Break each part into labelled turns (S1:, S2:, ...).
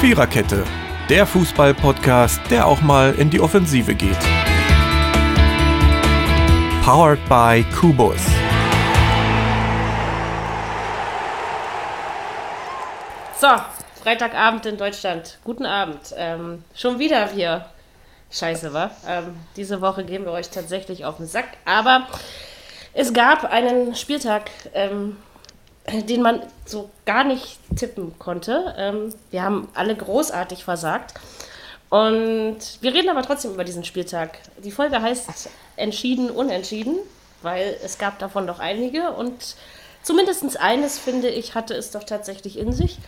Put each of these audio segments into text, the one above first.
S1: Viererkette, der Fußball-Podcast, der auch mal in die Offensive geht. Powered by Kubus.
S2: So, Freitagabend in Deutschland. Guten Abend. Ähm, schon wieder wir. Scheiße, wa? Ähm, diese Woche gehen wir euch tatsächlich auf den Sack. Aber es gab einen Spieltag, ähm, den man so gar nicht tippen konnte. Ähm, wir haben alle großartig versagt. Und wir reden aber trotzdem über diesen Spieltag. Die Folge heißt Entschieden, Unentschieden, weil es gab davon doch einige. Und zumindest eines, finde ich, hatte es doch tatsächlich in sich.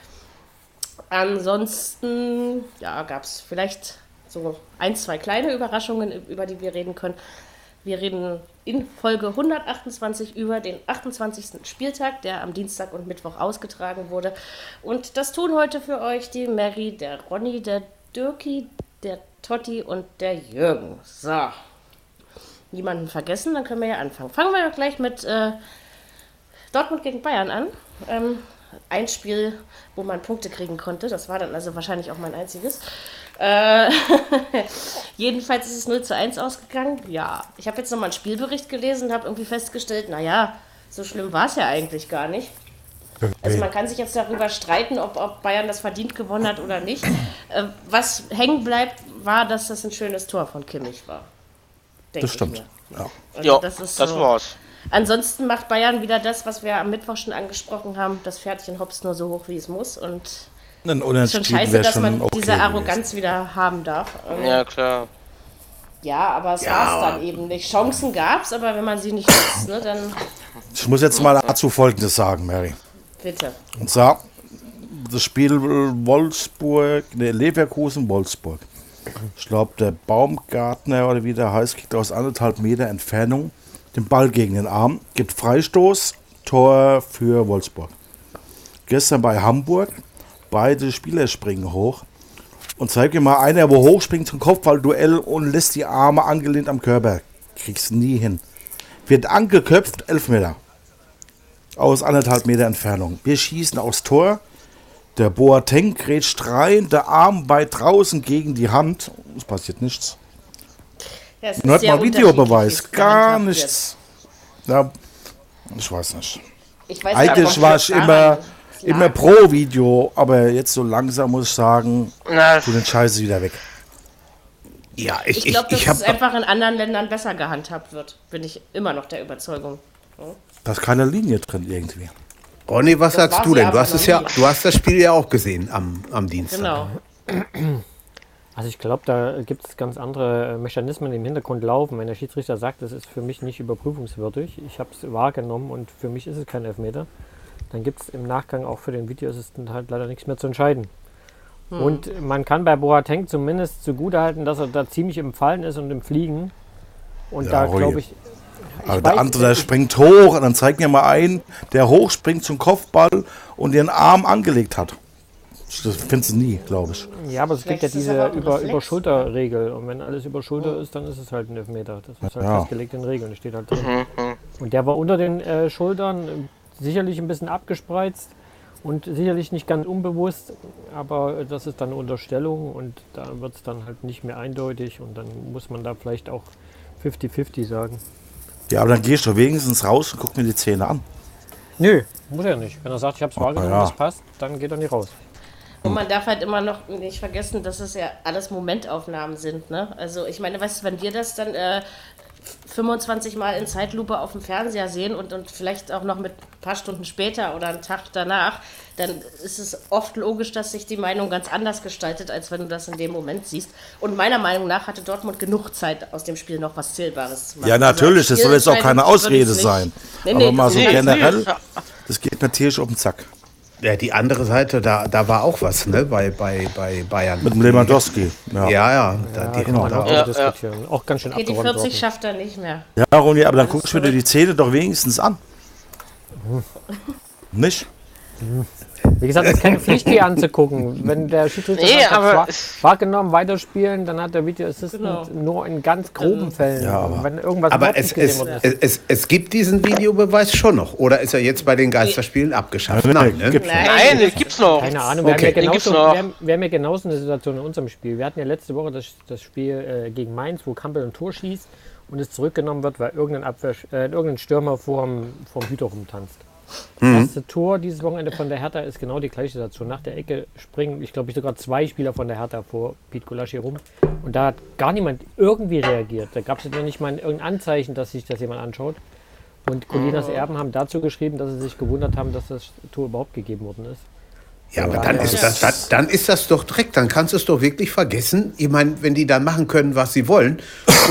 S2: Ansonsten ja, gab es vielleicht so ein, zwei kleine Überraschungen, über die wir reden können. Wir reden in Folge 128 über den 28. Spieltag, der am Dienstag und Mittwoch ausgetragen wurde. Und das tun heute für euch die Mary, der Ronny, der Dirki, der Totti und der Jürgen. So. Niemanden vergessen, dann können wir ja anfangen. Fangen wir doch gleich mit äh, Dortmund gegen Bayern an. Ähm, ein Spiel, wo man Punkte kriegen konnte. Das war dann also wahrscheinlich auch mein einziges. Äh, jedenfalls ist es 0 zu 1 ausgegangen. Ja, ich habe jetzt nochmal einen Spielbericht gelesen und habe irgendwie festgestellt, naja, so schlimm war es ja eigentlich gar nicht. Also man kann sich jetzt darüber streiten, ob, ob Bayern das verdient gewonnen hat oder nicht. Äh, was hängen bleibt, war, dass das ein schönes Tor von Kimmich war. Denk
S3: Das
S2: ich
S3: stimmt. Ja.
S2: mir.
S4: Ja,
S2: Also
S4: das,
S2: ist so-
S4: war's.
S2: Ansonsten macht Bayern wieder das, was wir am Mittwoch schon angesprochen haben. Das Pferdchen hops nur so hoch, wie es muss. Und
S3: Ein
S2: ist schon
S3: Unentschieden
S2: scheiße,
S3: wär
S2: dass man
S3: okay
S2: diese
S3: gewesen.
S2: Arroganz wieder haben darf. Ähm,
S4: Ja, klar.
S2: Oh. ja, aber es war's dann eben nicht. Chancen gab's, aber wenn man sie nicht nutzt, ne, dann
S3: Ich muss jetzt mal dazu Folgendes sagen, Mary.
S2: bitte.
S3: Und zwar das Spiel äh, Wolfsburg, ne, Leverkusen-Wolfsburg. Ich glaube, der Baumgartner oder wie der heißt, kriegt aus anderthalb Meter Entfernung den Ball gegen den Arm, gibt Freistoß, Tor für Wolfsburg. Gestern bei Hamburg, beide Spieler springen hoch. Und zeig mir mal einer, wo hochspringt zum Kopfballduell und lässt die Arme angelehnt am Körper. Kriegst nie hin. Wird angeköpft, Elfmeter aus anderthalb Meter Entfernung. Wir schießen aufs Tor. Der Boateng grätscht rein, der Arm weit draußen gegen die Hand. Es passiert nichts.
S2: Ja, es ist
S3: Nur hat
S2: sehr
S3: mal Videobeweis.
S2: unterschiedlich, wie es gehandhabt
S3: Gar
S2: wird.
S3: nichts. Ja, ich weiß nicht.
S2: Ich weiß gar nicht,
S3: Eigentlich
S2: ob
S3: war
S2: das
S3: ich
S2: daran
S3: immer,
S2: lag.
S3: immer pro Video, aber jetzt so langsam muss ich sagen,
S4: Na,
S3: tu den Scheiße wieder weg.
S1: Ja,
S2: Ich
S1: ich, ich,
S2: glaube,
S1: ich,
S2: dass es
S1: habe
S2: einfach in anderen Ländern besser gehandhabt wird. Bin ich immer noch der Überzeugung.
S3: Da ist keine Linie drin irgendwie.
S5: Ronny, was
S2: Das war
S5: sagst
S2: sie
S5: du denn?
S2: aber
S5: Du hast,
S2: noch
S5: es ja,
S2: nie.
S5: du hast das Spiel ja auch gesehen am, am Dienstag.
S2: Genau.
S6: Also ich glaube, da gibt es ganz andere äh, Mechanismen die im Hintergrund laufen. Wenn der Schiedsrichter sagt, das ist für mich nicht überprüfungswürdig, ich habe es wahrgenommen und für mich ist es kein Elfmeter, dann gibt es im Nachgang auch für den Videoassistenten halt leider nichts mehr zu entscheiden. Und man kann bei Boateng zumindest zugutehalten, dass er da ziemlich im Fallen ist und im Fliegen. Und
S3: Ja,
S6: da
S3: Roy.
S6: glaube ich,
S3: Aber der
S6: weiß,
S3: andere, der
S6: ich-
S3: springt hoch und dann zeig mir mal einen, der hochspringt zum Kopfball und den Arm angelegt hat. Das findest du nie, glaube ich.
S6: ja, aber es gibt
S2: Vielleicht
S6: ja
S2: ist es
S6: diese
S2: aber auch ein
S6: über,
S2: Reflex.
S6: über Schulter-Regel. Und wenn alles über Schulter ist, dann ist es halt ein Elfmeter. Das ist halt
S3: Ja.
S6: festgelegt in Regeln, das steht halt drin.
S2: Mhm,
S6: Und der war unter den äh, Schultern äh, sicherlich ein bisschen abgespreizt und sicherlich nicht ganz unbewusst, aber äh, das ist dann eine Unterstellung und da wird es dann halt nicht mehr eindeutig und dann muss man da vielleicht auch 50-50 sagen.
S3: Ja, aber dann geh ich doch wenigstens raus und guck mir die Zähne an.
S6: Nö, muss er nicht. Wenn er sagt, ich habe es wahrgenommen,
S3: ja.
S6: das passt, dann geht er nicht raus.
S2: Und man darf halt immer noch nicht vergessen, dass es ja alles Momentaufnahmen sind. Ne? Also ich meine, weißt du, wenn wir das dann äh, 25 Mal in Zeitlupe auf dem Fernseher sehen und, und vielleicht auch noch mit ein paar Stunden später oder einen Tag danach, dann ist es oft logisch, dass sich die Meinung ganz anders gestaltet, als wenn du das in dem Moment siehst. Und meiner Meinung nach hatte Dortmund genug Zeit, aus dem Spiel noch was Zählbares zu machen.
S3: Ja, natürlich,
S2: Also,
S3: das soll jetzt auch keine
S2: Spielentscheidung würde
S3: Ausrede
S2: ich nicht-
S3: sein.
S2: Nee, nee,
S3: Aber mal
S2: das
S3: so
S2: ist-
S4: nee,
S3: generell,
S4: nee.
S3: das geht mir tierisch auf den Zack.
S5: Ja, die andere Seite, da, da war auch was, ne? Bei, bei, bei Bayern.
S3: Mit dem Lewandowski.
S5: Ja,
S3: Mhm. Ja, ja.
S5: ja. Da, die
S6: kann
S5: genau,
S6: man
S5: da
S6: auch
S5: auch.
S6: ja, diskutieren. Auch ganz schön
S2: Okay, die
S6: abgeräumt
S2: 40
S6: worden.
S2: schafft er nicht mehr.
S3: Ronny, aber dann guck ich mir
S2: Hm.
S3: die Zähne doch wenigstens an. Nicht?
S6: Wie gesagt, es ist keine Pflicht, die anzugucken. Wenn der Schiedsrichter
S4: Nee,
S6: sagt,
S4: aber
S6: wahr-
S4: es-
S6: wahrgenommen, weiterspielen, dann hat der Video Assistant
S2: Genau.
S6: nur in ganz groben Fällen.
S3: Ja, aber-
S6: wenn irgendwas
S5: Aber
S6: überhaupt
S5: es,
S6: nicht gesehen
S5: es,
S6: worden ist.
S5: es, es, es gibt diesen Videobeweis schon noch. Oder ist er jetzt bei den Geisterspielen abgeschafft? Nein, ne?
S3: Gibt's nicht.
S4: Nein, den gibt's noch.
S6: Keine Ahnung, wir,
S5: Okay.
S6: haben ja
S4: Den gibt's
S6: genauso,
S4: noch.
S6: wir, haben, wir haben ja genauso eine Situation in unserem Spiel. Wir hatten ja letzte Woche das, das Spiel äh, gegen Mainz, wo Campbell ein Tor schießt und es zurückgenommen wird, weil irgendein, Abwehr, äh, irgendein Stürmer vorm, vorm Hüter rumtanzt. Das erste Tor dieses Wochenende von der Hertha ist genau die gleiche Situation. Nach der Ecke springen, ich glaube, ich sogar zwei Spieler von der Hertha vor Pete Gulaschi rum. Und da hat gar niemand irgendwie reagiert. Da gab es ja nicht mal irgendein Anzeichen, dass sich das jemand anschaut. Und Colinas Erben haben dazu geschrieben, dass sie sich gewundert haben, dass das Tor überhaupt gegeben worden ist.
S5: Ja, aber dann ist, das, das, dann ist das doch Dreck. Dann kannst du es doch wirklich vergessen. Ich meine, wenn die dann machen können, was sie wollen,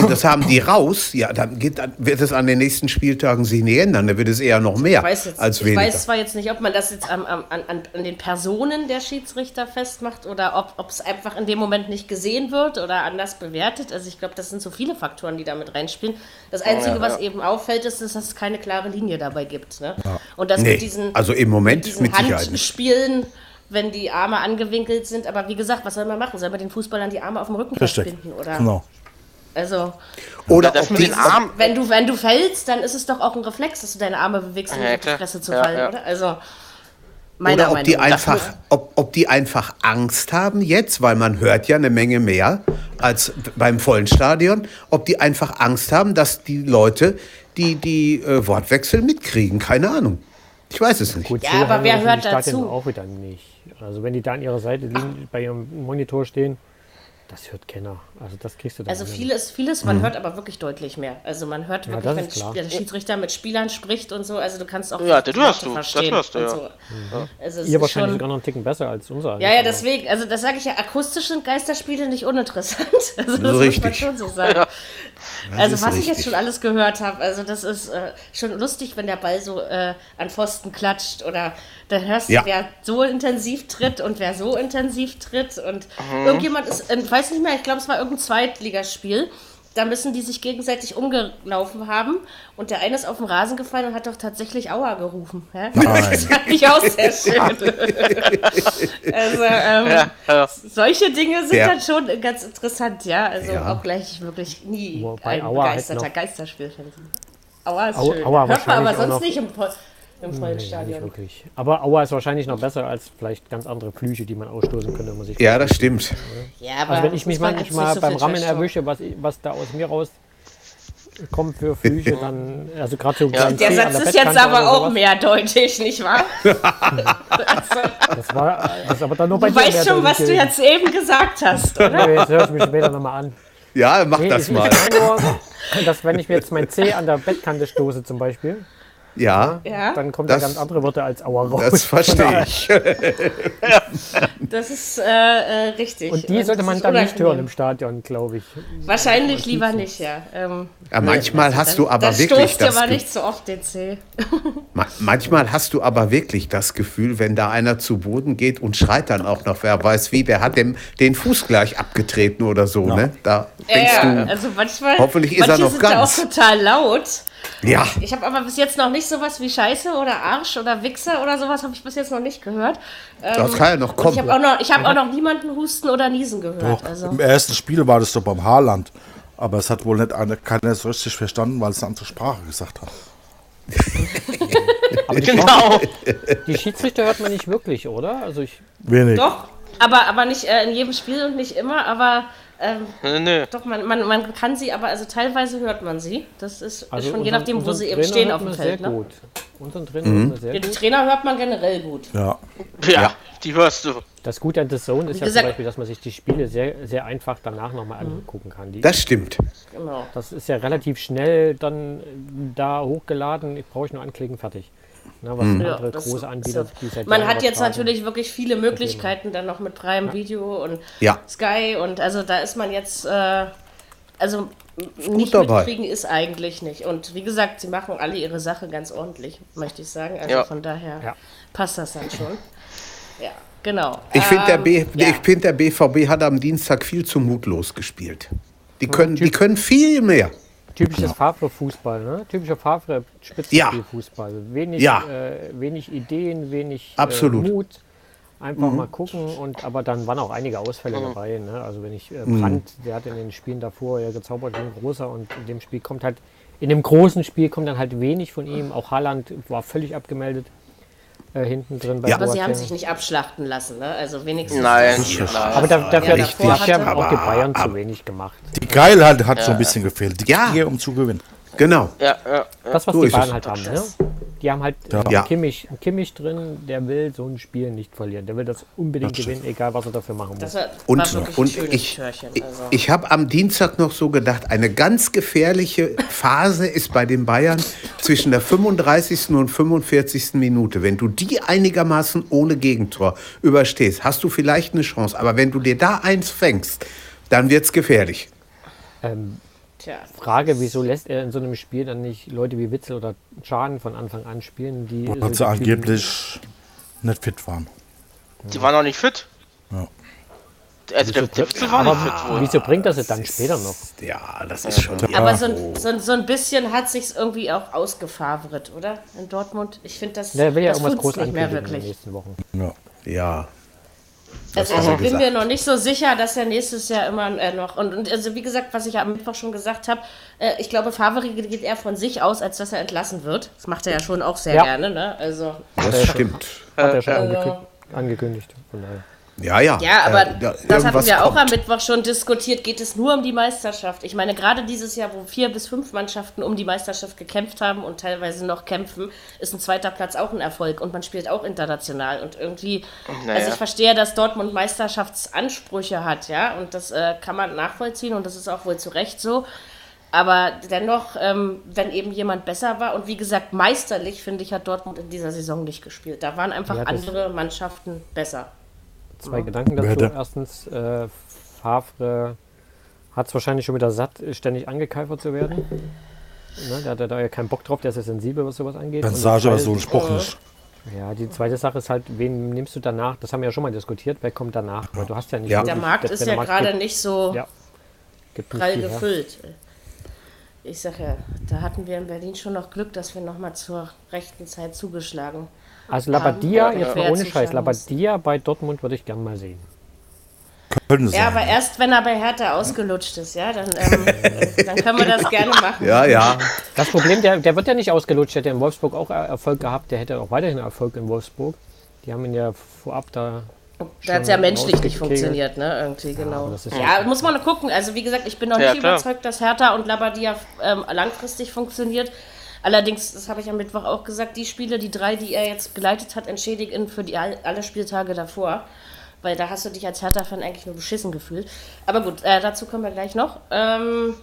S5: und das haben die raus, ja, dann, geht, dann wird es an den nächsten Spieltagen sich nicht ändern. Dann wird es eher noch mehr
S2: Ich weiß, jetzt,
S5: als
S2: ich
S5: weniger.
S2: weiß zwar jetzt nicht, ob man das jetzt am, am, an, an an den Personen der Schiedsrichter festmacht oder ob es einfach in dem Moment nicht gesehen wird oder anders bewertet. Also ich glaube, das sind so viele Faktoren, die damit reinspielen. Das Einzige, was eben auffällt, ist, dass es keine klare Linie dabei gibt. Ne? Und das
S5: Nee,
S2: mit diesen,
S5: also im Moment
S2: diesen
S5: mit Sicherheit nicht.
S2: Handspielen, wenn die Arme angewinkelt sind. Aber wie gesagt, was soll man machen? Soll man den Fußballern die Arme auf dem Rücken
S3: Richtig.
S2: festbinden? Oder?
S3: Genau.
S2: Also,
S5: Oder
S4: Das
S5: ob
S4: mit
S5: die-
S4: den Armen.
S2: wenn du, wenn du fällst, dann ist es doch auch ein Reflex, dass du deine Arme bewegst, um
S4: Ja,
S2: in die
S4: klar.
S2: Fresse zu
S4: Ja,
S2: fallen,
S4: ja.
S2: oder? Also, meiner
S5: Oder ob
S2: Meinung
S5: die,
S2: nach.
S5: einfach, ob, ob die einfach Angst haben jetzt, weil man hört ja eine Menge mehr als beim vollen Stadion, ob die einfach Angst haben, dass die Leute die, die äh, Wortwechsel mitkriegen. Keine Ahnung. Ich weiß es nicht.
S6: Gut,
S2: Ja,
S6: so
S2: aber
S6: haben
S2: wer
S6: das in
S2: hört
S6: den Stadien
S2: dazu?
S6: auch wieder nicht. Also wenn die da an ihrer Seite liegen, bei ihrem Monitor stehen, das hört keiner. Also das kriegst du dann
S2: Also
S6: nicht.
S2: vieles, vieles, man hört aber wirklich deutlich mehr. Also man hört wirklich,
S6: Mhm. das
S2: wenn
S6: ist klar.
S2: der Schiedsrichter mit Spielern spricht und so, also du kannst auch
S4: Ja, das hörst du, das
S2: verstehen
S4: hörst du,
S2: und
S4: ja.
S2: so. Also es
S6: Mhm. Ihr
S2: ist
S6: wahrscheinlich
S2: schon-
S6: sogar noch einen Ticken besser als unser.
S2: Ja, ja, deswegen, also das sage ich ja, akustisch sind Geisterspiele nicht uninteressant. Also das muss man
S5: richtig.
S2: schon so sagen. also
S5: ist
S2: was ich jetzt
S5: richtig.
S2: schon alles gehört habe, also das ist äh, schon lustig, wenn der Ball so äh, an Pfosten klatscht oder dann hörst
S5: Ja.
S2: du, wer so intensiv tritt und wer so intensiv tritt und
S5: Mhm.
S2: irgendjemand ist, äh, weiß nicht mehr, ich glaube es war irgendein Zweitligaspiel. Da müssen die sich gegenseitig umgelaufen haben und der eine ist auf den Rasen gefallen und hat doch tatsächlich Aua gerufen. Hä? Das fand ich auch sehr schön. Also, ähm,
S4: Ja.
S2: solche Dinge sind
S5: Ja.
S2: dann schon ganz interessant, ja. Also
S5: Ja.
S2: auch gleich wirklich nie
S6: Wobei
S2: ein
S6: Auer halt
S2: begeisterter
S6: noch-
S2: Geisterspielfan. sind. Aua ist
S6: Au-
S2: schön.
S6: Aua
S2: Hört man
S6: wahrscheinlich
S2: aber
S6: auch
S2: sonst
S6: noch-
S2: nicht im, Pol- im vollen
S6: Ja, nicht
S2: Stadion.
S6: wirklich. Aber Aua ist wahrscheinlich noch besser als vielleicht ganz andere Flüche, die man ausstoßen könnte, muss ich
S5: Ja, das stimmt.
S2: Ja, aber
S6: Also wenn ich mich
S2: sonst
S6: manchmal
S2: hat's nicht so
S6: beim
S2: viel
S6: Rammeln
S2: Trash-Talk.
S6: erwische, was, ich- was da aus mir raus kommt für Flüche, dann, also gerade so
S4: Der
S6: ein
S2: Der
S6: Zeh an
S2: Satz ist jetzt
S6: Bettkante
S2: aber
S6: oder
S2: auch
S6: sowas.
S2: mehrdeutig, nicht wahr? also,
S6: Das war, das ist aber dann nur bei
S2: du weißt schon, was du
S6: jetzt
S2: jetzt eben gesagt hast, oder?
S6: Nee, Jetzt höre ich mich später nochmal an.
S5: Ja, mach
S6: Nee,
S5: das
S6: ich,
S5: mal.
S6: Ich meine nur, dass wenn ich mir jetzt mein C an der Bettkante stoße zum Beispiel,
S5: Ja,
S2: Ja,
S6: dann kommen
S5: Das-
S6: da ganz andere Wörter als Aua raus.
S5: das verstehe ich.
S2: das ist äh, äh, richtig.
S6: Und die
S2: das
S6: sollte man
S2: ist
S6: dann nicht hören
S2: unangenehm.
S6: im Stadion, glaube ich.
S2: Wahrscheinlich lieber nicht, ja. Ähm, also
S5: Ja, manchmal hast du aber
S2: das
S5: wirklich
S2: stoßt dir
S5: das
S2: aber
S5: Gefühl-
S2: nicht so oft den Zeh.
S5: Ma manchmal hast du aber wirklich das Gefühl, wenn da einer zu Boden geht und schreit dann auch noch, wer weiß wie, der hat dem den Fuß gleich abgetreten oder so, ne? Da denkst
S2: Ja,
S5: du,
S2: also manchmal.
S5: hoffentlich ist er
S2: manche
S5: noch
S2: sind
S5: ganz.
S2: Da auch total laut.
S5: ja,
S2: Ich habe aber bis jetzt noch nicht sowas wie Scheiße oder Arsch oder Wichser oder sowas habe ich bis jetzt noch nicht gehört. Ähm,
S5: das kann ja noch
S2: und
S5: kommen.
S2: ich habe auch, noch- ich hab auch noch niemanden husten oder niesen gehört.
S3: Doch,
S2: Also,
S3: Im ersten Spiel war das doch beim Haaland. Aber es hat wohl nicht einer, keiner so richtig verstanden, weil es eine andere Sprache gesagt hat.
S4: Genau.
S6: Die Schiedsrichter hört man nicht wirklich, oder? Also ich,
S3: Wenig.
S2: doch, aber, aber nicht äh, in jedem Spiel und nicht immer, aber ähm,
S4: Nö, nö.
S2: doch, man, man, man kann sie, aber also teilweise hört man sie. Das ist
S6: also
S2: schon je
S6: unseren-
S2: nachdem, wo
S6: unseren
S2: sie eben
S6: Trainer
S2: stehen
S6: hört
S2: auf dem
S6: man
S2: Feld.
S6: Sehr
S2: Ne?
S6: gut. Unseren Trainer
S5: Mhm.
S6: hört man sehr
S2: Den
S6: gut.
S2: Trainer hört man generell gut.
S3: Ja.
S4: Ja, die hörst du.
S6: Das Gute an The Zone ist ja zum
S2: gesagt- Mhm.
S6: Beispiel, dass man sich die Spiele sehr, sehr einfach danach nochmal angucken kann. Die,
S5: Das stimmt.
S2: Genau.
S6: Das ist ja relativ schnell dann äh, da hochgeladen. Ich brauche ich nur anklicken, fertig. Na, was
S5: Mhm.
S6: sind
S2: Ja,
S6: andere
S2: das ist
S6: große Anbieter,
S2: so.
S6: die halt seit
S2: Man
S6: Jahren
S2: hat jetzt
S6: übertragen.
S2: natürlich wirklich viele Möglichkeiten, dann noch mit Prime Video und
S5: Ja.
S2: Sky und also da ist man jetzt, äh, also nicht
S5: dabei.
S2: mitkriegen ist eigentlich nicht. Und wie gesagt, sie machen alle ihre Sache ganz ordentlich, möchte ich sagen. Also
S4: Ja.
S2: von daher
S6: Ja.
S2: passt das dann schon. Ja, genau.
S5: Ich finde, der, B-
S2: ja.
S5: ich find, der BVB hat am Dienstag viel zu mutlos gespielt. Die können, die können viel mehr. Genau.
S6: Typisches Favre-Fußball, ne? Typischer Favre-Spitzenspielfußball. Also Wenig,
S5: Ja.
S6: äh, wenig Ideen, wenig
S5: Absolut. Mhm.
S6: Äh, Mut. Einfach mal gucken und aber dann waren auch einige
S2: Mhm.
S6: Ausfälle dabei. Ne? Also wenn ich äh,
S5: Mhm.
S6: Brandt, der hat in den Spielen davor ja gezaubert wie ein großer und in dem Spiel kommt halt, in dem großen Spiel kommt dann halt wenig von ihm. Auch Haaland war völlig abgemeldet äh, hinten drin bei
S5: Ja.
S2: Aber sie haben
S6: Boateng.
S2: sich nicht abschlachten lassen, ne? Also wenigstens.
S4: Nein,
S6: aber da, dafür,
S2: Ja,
S6: dafür
S2: richtig,
S6: haben auch die
S5: aber-
S6: Bayern zu wenig gemacht.
S3: Die Geilheit hat so ein bisschen gefehlt. Die
S5: Ja.
S3: Gier, um zu gewinnen.
S5: Genau.
S4: ja, ja, ja.
S6: Das, was
S5: So
S6: die
S5: ist es.
S6: Bayern halt haben, ne? Die haben halt äh,
S5: Ja.
S6: Kimmich, Kimmich drin, der will so ein Spiel nicht verlieren. Der will das unbedingt gewinnen, egal was er dafür machen muss.
S2: Das war,
S5: Und,
S2: war wirklich ein
S5: und
S2: schönes
S5: ich,
S2: Türchen.
S5: ich,
S2: Also.
S5: ich habe am Dienstag noch so gedacht, eine ganz gefährliche Phase ist bei den Bayern zwischen der 35. und 45. Minute. Wenn du die einigermaßen ohne Gegentor überstehst, hast du vielleicht eine Chance. Aber wenn du dir da eins fängst, dann wird's gefährlich.
S2: Tja.
S6: Ähm, Frage, wieso lässt er in so einem Spiel dann nicht Leute wie Witzel oder Schaden von Anfang an spielen,
S3: Weil
S6: die so
S3: sie
S6: die Typen-
S3: angeblich nicht fit waren.
S4: Die waren noch nicht fit.
S3: Ja.
S4: Also der, der Witzel war
S6: aber
S4: nicht fit wohl.
S6: wieso bringt das es dann später noch?
S5: Ja, das ist schon.
S2: Aber so, ein- so, ein- so ein bisschen hat sich's irgendwie auch ausgefavert, oder? In Dortmund. Ich finde das.
S6: Der will ja
S2: das
S6: irgendwas
S2: tut's
S6: groß
S2: nicht mehr
S6: ankündigen in den
S2: wirklich.
S6: nächsten Wochen.
S3: Ja.
S5: Ja.
S2: Also
S5: hat
S2: ich
S5: er
S2: bin mir
S5: gesagt.
S2: noch nicht so sicher, dass er nächstes Jahr immer äh, noch. Und, und also wie gesagt, was ich ja am Mittwoch schon gesagt habe, äh, ich glaube, Favre geht eher von sich aus, als dass er entlassen wird. Das macht er ja schon auch sehr
S6: Ja.
S2: gerne, ne? Also.
S5: Das stimmt.
S6: Hat
S2: Äh,
S6: er schon angekündigt. angekündigt. Von daher.
S5: Ja, ja.
S2: Ja, aber
S5: Äh, da-
S2: das hatten
S5: irgendwas
S2: wir auch
S5: kommt.
S2: am Mittwoch schon diskutiert, geht es nur um die Meisterschaft. Ich meine, gerade dieses Jahr, wo vier bis fünf Mannschaften um die Meisterschaft gekämpft haben und teilweise noch kämpfen, ist ein zweiter Platz auch ein Erfolg und man spielt auch international. Und irgendwie,
S4: Naja.
S2: also ich verstehe, dass Dortmund Meisterschaftsansprüche hat, ja, und das äh, kann man nachvollziehen und das ist auch wohl zu Recht so. Aber dennoch, ähm, wenn eben jemand besser war und wie gesagt, meisterlich, finde ich, hat Dortmund in dieser Saison nicht gespielt. Da waren einfach
S6: Ja, das-
S2: andere Mannschaften besser.
S6: Zwei Gedanken dazu.
S3: Werde.
S6: Erstens, äh, Favre hat es wahrscheinlich schon wieder satt, ständig angekeifer zu werden. Ne, der hat ja da ja keinen Bock drauf, der ist ja sensibel, was sowas angeht.
S3: Dann
S6: Und
S3: sage ich aber
S6: zweitens-
S3: so einen Spruch nicht.
S6: Ja, die zweite Sache ist halt, wen nimmst du danach? Das haben wir ja schon mal diskutiert. Wer kommt danach? Weil du hast ja nicht.
S5: Ja.
S2: Der
S6: wirklich-
S2: Markt
S6: Also, der-
S2: ist
S6: der
S2: ja
S6: Markt
S2: gerade
S6: gibt-
S2: nicht so
S6: Ja. Gibt nicht
S2: prall
S6: viel her.
S2: gefüllt. Ich sag ja, da hatten wir in Berlin schon noch Glück, dass wir nochmal zur rechten Zeit zugeschlagen.
S6: Also Labadia,
S2: Ja,
S6: jetzt
S2: wer
S6: mal ohne
S2: jetzt
S6: Scheiß,
S2: zuschlagen muss.
S6: Labadia bei Dortmund würde ich gern mal sehen.
S3: Können sie.
S2: Ja, aber
S3: Ja,
S2: erst wenn er bei Hertha ausgelutscht ist, ja, dann, ähm, dann können wir das gerne machen.
S5: Ja, ja.
S6: Das Problem, der, der wird ja nicht ausgelutscht, der hat ja in Wolfsburg auch äh, Erfolg gehabt, der hätte auch weiterhin Erfolg in Wolfsburg. Die haben ihn ja vorab da.
S2: Da hat es ja
S6: schon
S2: menschlich nicht
S6: rausgekegelt.
S2: funktioniert, ne? Irgendwie, genau.
S6: das ist
S2: Ja, muss man noch gucken. Also, wie gesagt, ich bin noch
S4: Ja,
S2: nicht
S4: klar.
S2: überzeugt, dass Hertha und Labadia ähm, langfristig funktioniert. Allerdings, das habe ich am Mittwoch auch gesagt, die Spiele, die drei, die er jetzt geleitet hat, entschädigen ihn für die all- alle Spieltage davor. Weil da hast du dich als Hertha-Fan eigentlich nur beschissen gefühlt. Aber gut, äh, dazu kommen wir gleich noch. Ähm,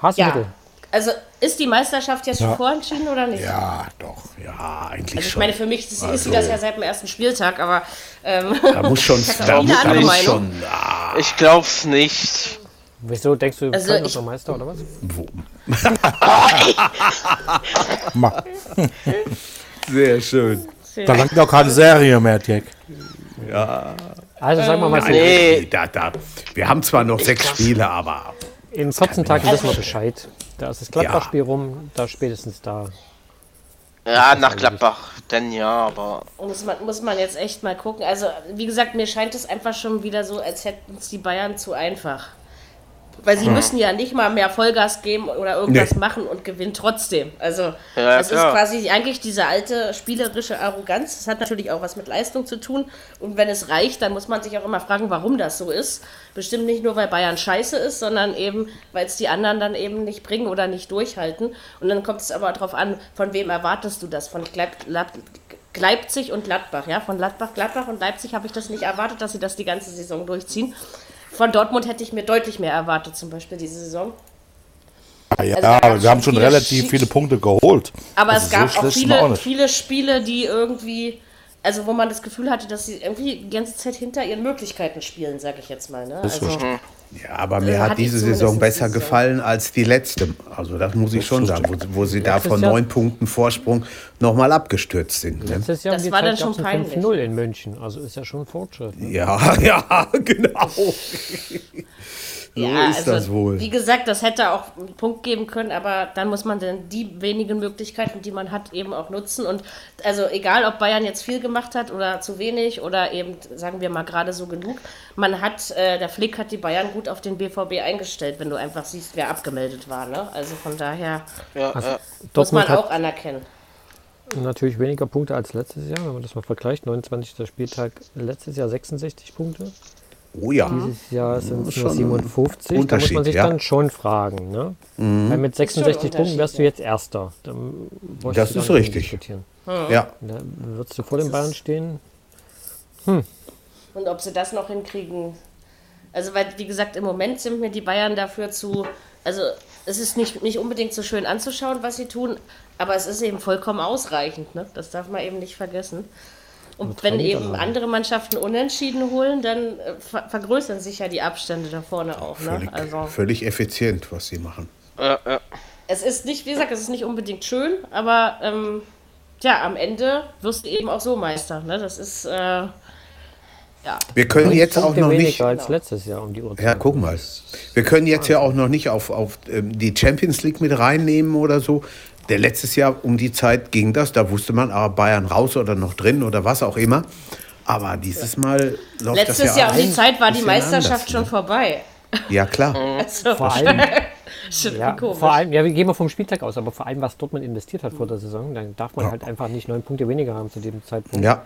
S6: Hassmittel.
S2: ja. Also, ist die Meisterschaft jetzt schon vorentschieden oder nicht?
S5: Ja, Ah, doch. Ja, eigentlich
S2: Also ich
S5: schon.
S2: meine, für mich ist, ist sie das ja seit dem ersten Spieltag, aber ähm,
S5: da muss schon. Da,
S2: eine
S5: da
S2: andere
S5: muss
S2: Meinung.
S5: schon. Ah,
S4: Ich glaub's nicht.
S6: Wieso denkst du,
S2: Also
S6: also Köln
S2: ich-
S6: ist noch Meister oder was?
S5: sehr schön.
S3: da langt auch keine Serie mehr, Jack.
S6: Also sagen
S2: Ähm,
S6: wir mal so,
S4: Nee.
S5: Nee, Äh, da, da. Wir haben zwar noch sechs Spiele, aber
S6: in 14 Tagen
S2: Also
S6: wissen wir Bescheid. Da ist das Gladbach-Spiel rum, da spätestens da.
S4: Ja, nach Gladbach. Denn ja, aber.
S2: Muss man, muss man jetzt echt mal gucken. Also, wie gesagt, mir scheint es einfach schon wieder so, als hätten es die Bayern zu einfach. Weil sie müssen ja nicht mal mehr Vollgas geben oder irgendwas
S5: Nee.
S2: machen und gewinnen trotzdem. Also,
S4: Ja,
S2: das
S4: klar.
S2: ist quasi eigentlich diese alte spielerische Arroganz. Das hat natürlich auch was mit Leistung zu tun. Und wenn es reicht, dann muss man sich auch immer fragen, warum das so ist. Bestimmt nicht nur, weil Bayern scheiße ist, sondern eben, weil es die anderen dann eben nicht bringen oder nicht durchhalten. Und dann kommt es aber darauf an, von wem erwartest du das? Von Gleib- Lab- Leipzig und Gladbach, ja? Von Gladbach, Gladbach und Leipzig habe ich das nicht erwartet, dass sie das die ganze Saison durchziehen. Von Dortmund hätte ich mir deutlich mehr erwartet, zum Beispiel diese Saison.
S3: Ah, ja,
S2: Also da gab's
S3: wir haben
S2: schon
S3: schon
S2: viele
S3: relativ
S2: Schi-
S3: viele Punkte geholt.
S2: Aber
S3: Also
S2: es gab
S3: so
S2: auch
S3: schlecht sind wir
S2: viele,
S3: nicht.
S2: viele Spiele, die irgendwie, also wo man das Gefühl hatte, dass sie irgendwie die ganze Zeit hinter ihren Möglichkeiten spielen, sage ich jetzt mal. Ne?
S3: Das ist
S2: Also,
S3: richtig.
S5: ja, aber mir
S2: hat
S5: hat,
S2: die
S5: diese
S2: zumindest
S5: Saison besser
S2: diese Saison.
S5: gefallen als die letzte. Also das muss ich schon sagen, wo, wo sie da von
S6: Christian.
S5: neun Punkten Vorsprung nochmal abgestürzt sind. Ne?
S6: Letztes Jahr
S2: Das
S6: um die
S2: war dann
S6: Zeit gab's
S2: schon
S6: ein
S2: peinlich.
S6: 5-0 in München, also ist ja schon ein Fortschritt.
S5: Ja, ja, genau. So ist das wohl.
S2: also, Wie gesagt, das hätte auch einen Punkt geben können, aber dann muss man dann die wenigen Möglichkeiten, die man hat, eben auch nutzen. Und also egal, ob Bayern jetzt viel gemacht hat oder zu wenig oder eben, sagen wir mal, gerade so genug, man hat, äh, der Flick hat die Bayern gut auf den BVB eingestellt, wenn du einfach siehst, wer abgemeldet war. Ne? Also von daher
S4: Ja,
S6: Also-
S4: ja.
S2: muss man
S6: Dortmund hat
S2: auch anerkennen.
S6: natürlich weniger Punkte als letztes Jahr, wenn man das mal vergleicht. 29. Spieltag, letztes Jahr 66 Punkte.
S5: Oh ja.
S6: Dieses Jahr sind es nur
S5: schon
S6: 57. Da muss
S5: Unterschied,
S6: man sich
S5: ja. Mhm.
S6: dann schon fragen. Ne? Weil mit
S2: schon
S6: 66 Punkten
S2: Unterschied,
S6: wärst du
S2: ja.
S6: jetzt Erster. Dann bräuchte
S5: Das ist
S6: ich gar nicht mehr
S5: richtig.
S6: Diskutieren.
S5: Ja.
S6: Da würdest du vor den Bayern stehen.
S2: Und ob sie das noch hinkriegen. Also, weil, wie gesagt, im Moment sind mir die Bayern dafür zu. Also, es ist nicht, nicht unbedingt so schön anzuschauen, was sie tun, aber es ist eben vollkommen ausreichend. Ne? Das darf man eben nicht vergessen. Und wenn eben andere Mannschaften unentschieden holen, dann äh, ver vergrößern sich ja die Abstände da vorne auch. Ne?
S5: Völlig,
S2: Also,
S5: völlig effizient, was sie machen.
S4: ja, ja.
S2: es ist nicht, wie gesagt, es ist nicht unbedingt schön, aber ähm, ja, am Ende wirst du eben auch so Meister. Ne? Das ist. Äh,
S5: Wir können jetzt auch
S6: Punkte
S5: noch
S6: weniger
S5: nicht.
S2: Genau.
S6: als letztes Jahr um die Uhrzeit.
S5: Ja, guck mal. Wir können jetzt ja auch noch nicht auf, auf ähm, die Champions League mit reinnehmen oder so. Der letztes Jahr um die Zeit ging das, da wusste man, ah, Bayern raus oder noch drin oder was auch immer. Aber dieses Mal läuft das
S2: Letztes
S5: ja
S2: Jahr um die
S5: ein
S2: Zeit war die
S5: bisschen
S2: Meisterschaft schon
S5: anders,
S2: vorbei.
S5: ne? Ja, klar.
S2: Also,
S6: vor allem,
S2: schon
S6: ja,
S2: komisch.
S6: vor allem, ja, wir gehen mal vom Spieltag aus, aber vor allem, was Dortmund investiert hat vor der Saison, dann darf man halt einfach nicht neun Punkte weniger haben zu dem Zeitpunkt.
S5: Ja.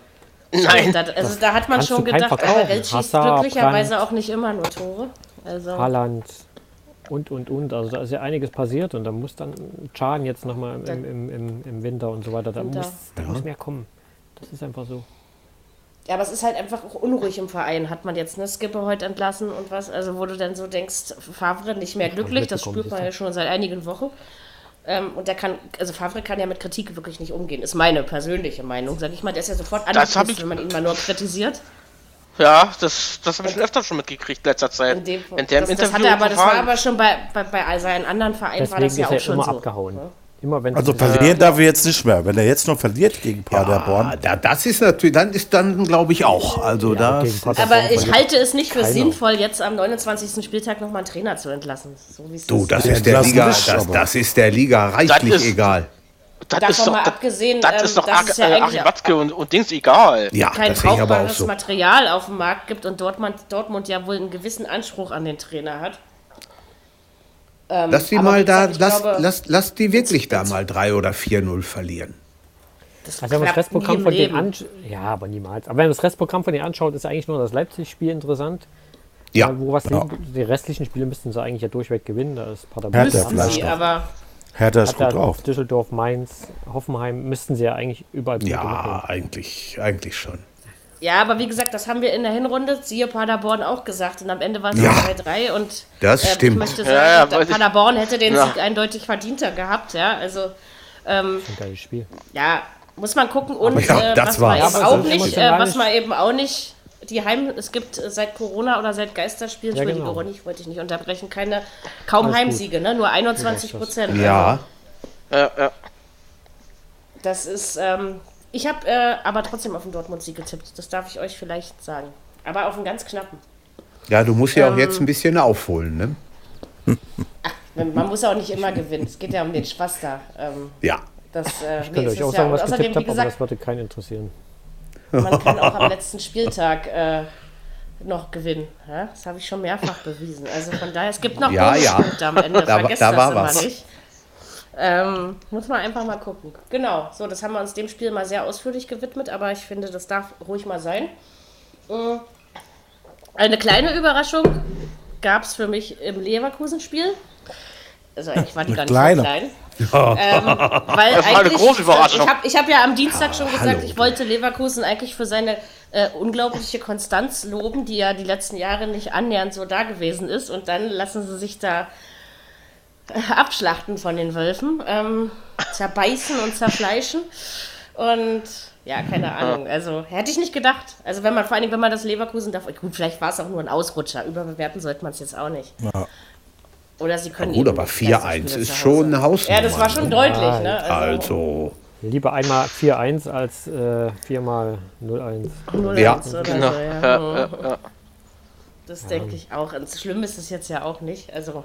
S4: Nein.
S2: Da, also da hat man
S6: Kannst
S2: schon
S6: du keinen
S2: gedacht,
S6: verkaufen.
S2: aber Welt schießt
S6: Hazard,
S2: glücklicherweise
S6: Brandt.
S2: auch nicht immer nur Tore. Also
S6: Haaland und, und, und. Also da ist ja einiges passiert und da muss dann Schaden jetzt nochmal im, im, im, im Winter und so weiter. Da,
S2: Winter.
S6: muss, da muss mehr kommen. Das ist einfach so.
S2: Ja, aber es ist halt einfach auch unruhig im Verein. Hat man jetzt eine Skipper heute entlassen und was? Also, wo du dann so denkst, Favre nicht mehr glücklich, das
S6: mitbekommen,
S2: spürt man ja
S6: siehst
S2: schon seit einigen Wochen. Ähm, und der kann, also Favre kann ja mit Kritik wirklich nicht umgehen, ist meine persönliche Meinung, sag ich mal. Der ist ja sofort
S4: Das hab
S2: angepisst,
S4: ich-
S2: wenn man ihn mal nur kritisiert.
S4: Ja, das, das habe ich schon öfter schon mitgekriegt, letzter Zeit.
S2: In dem,
S4: Wenn der
S2: das,
S4: im
S2: das, hat
S4: Interview
S2: er aber, das war
S4: verfahren-
S2: aber schon bei, bei, bei seinen anderen Vereinen war
S6: Deswegen
S2: das
S6: ist
S2: ja auch
S6: er
S2: schon
S6: immer
S2: so. ne?
S6: abgehauen. Immer wenn
S3: Also
S6: es-
S3: verlieren darf er jetzt nicht mehr. Wenn er jetzt noch verliert gegen
S5: Ah,
S3: Paderborn,
S5: da, das ist natürlich, dann ist dann, glaube ich, auch. Also
S6: Ja, gegen
S5: das.
S6: Paderborn
S2: Aber ich halte es nicht für
S6: Keiner.
S2: sinnvoll, jetzt am 29. Spieltag nochmal einen Trainer zu entlassen. So wie es
S5: Du,
S2: ist.
S5: das
S3: Ja,
S5: ist der
S3: lassen
S5: Liga,
S3: wir's
S5: das,
S3: aber.
S5: das ist der Liga reichlich
S4: ist-
S5: egal.
S4: Das
S2: Davon
S4: ist doch,
S2: mal
S4: das,
S2: abgesehen,
S4: das
S2: ähm,
S4: ist doch
S2: das
S4: Ar
S2: ist ja
S4: äh,
S2: eigentlich
S4: Achim Watzke und, und Dings egal.
S5: Ja,
S2: kein
S5: das sehe ich aber auch
S2: brauchbares
S5: so.
S2: Material auf dem Markt gibt und Dortmund, Dortmund ja wohl einen gewissen Anspruch an den Trainer hat.
S5: Lass die
S2: aber wie
S5: mal da,
S2: gesagt, ich
S5: lass,
S2: glaube-
S5: lass, lass die wirklich da mal 3 oder 4-0 verlieren.
S2: Das
S6: Also wenn man das
S2: klappt nie
S6: Restprogramm
S2: im
S6: von denen
S2: Leben.
S6: anschaut, ja, aber niemals. Aber wenn man das Restprogramm von denen anschaut, ist eigentlich nur das Leipzig-Spiel interessant.
S5: Ja, genau.
S6: Weil wo was liegen, die restlichen Spiele müssten sie eigentlich ja durchweg gewinnen. Da ist Paderborn,
S3: Hertha
S2: Müssen
S3: vielleicht
S2: sie,
S3: noch.
S2: aber
S3: Hertha ist gut
S6: Hertha,
S3: drauf.
S6: Düsseldorf, Mainz, Hoffenheim müssten sie ja eigentlich überall Punkte
S5: ja
S6: mitnehmen.
S5: eigentlich, eigentlich schon.
S2: ja, aber wie gesagt, das haben wir in der Hinrunde, siehe Paderborn auch gesagt und am Ende war es
S5: Ja.
S2: 2-3 und ähm,
S5: Das stimmt.
S2: ich möchte sagen,
S4: Ja, ja,
S2: da-
S4: weiß ich.
S2: Paderborn hätte den
S4: Ja.
S2: Sieg eindeutig verdienter gehabt, ja, also
S6: Ein geiles Spiel.
S2: ja, muss man gucken und
S5: Ja,
S2: äh,
S5: das
S2: was man
S5: war's.
S2: eben
S6: Ja, aber
S2: auch
S6: das ist
S2: nicht, äh,
S6: emotional
S2: was
S6: nicht-
S2: man eben auch nicht die Heim, es gibt äh, seit Corona oder seit Geisterspielen,
S6: Ja,
S2: Entschuldigung,
S6: genau.
S2: Ronny, ich wollte dich nicht unterbrechen, keine, kaum
S6: Alles gut.
S2: Heimsiege, ne? nur 21 Prozent. Also,
S5: Ja,
S4: Ja, ja.
S2: Das ist, ähm, ich habe äh, aber trotzdem auf den Dortmund-Sieg getippt, das darf ich euch vielleicht sagen. Aber auf einen ganz knappen.
S5: ja du musst ja auch
S2: ähm,
S5: jetzt ein bisschen aufholen, ne?
S2: Man muss auch nicht immer gewinnen, es geht ja um den Spaß da. Ähm,
S5: Ja.
S2: das, äh,
S6: Ich könnte
S2: nächstes
S6: euch auch
S2: Jahr.
S6: sagen, was ich
S2: Und außerdem,
S6: getippt
S2: wie
S6: habe, aber
S2: gesagt,
S6: das würde keinen interessieren.
S2: Also man kann auch am letzten Spieltag äh, noch gewinnen. Ja? Das habe ich schon mehrfach bewiesen. Also von daher, es gibt noch
S5: Ja, ja.
S2: Bonuspunkte am Ende.
S5: Da wa-
S2: Vergesst
S5: da
S2: das
S5: war
S2: immer
S5: was.
S2: nicht. Ähm, muss man einfach mal gucken. Genau, so, das haben wir uns dem Spiel mal sehr ausführlich gewidmet, aber ich finde, das darf ruhig mal sein. Äh, Eine kleine Überraschung gab es für mich im Leverkusen-Spiel. Also eigentlich war die gar nicht
S3: kleine.
S2: so klein. Ähm, weil
S4: Das war eine
S2: eigentlich-
S4: große Überraschung.
S2: Ich habe ich hab ja am Dienstag schon gesagt,
S5: Ah, hallo.
S2: ich wollte Leverkusen eigentlich für seine äh, unglaubliche Konstanz loben, die ja die letzten Jahre nicht annähernd so da gewesen ist. Und dann lassen sie sich da äh, abschlachten von den Wölfen, ähm, zerbeißen und zerfleischen. Und ja,
S5: Ah.
S2: keine Ahnung. Also hätte ich nicht gedacht. Also wenn man vor allen Dingen, wenn man das Leverkusen darf, gut, vielleicht war es auch nur ein Ausrutscher. Überbewerten sollte man es jetzt auch nicht. Oder sie können.
S5: Ja, gut,
S2: eben
S5: aber
S2: die Geisterspiele
S5: 4-1 ist
S2: zu Hause.
S5: schon eine Hausnummer.
S2: Ja, das war schon deutlich, ne?
S5: Also,
S6: Lieber einmal 4-1 als äh, viermal 0-1.
S2: Null
S5: Ja.
S2: eins oder
S4: Genau.
S2: so, Also, ja.
S4: Ja, ja, ja.
S2: Das denke ich auch. Und schlimm ist es jetzt ja auch nicht. Also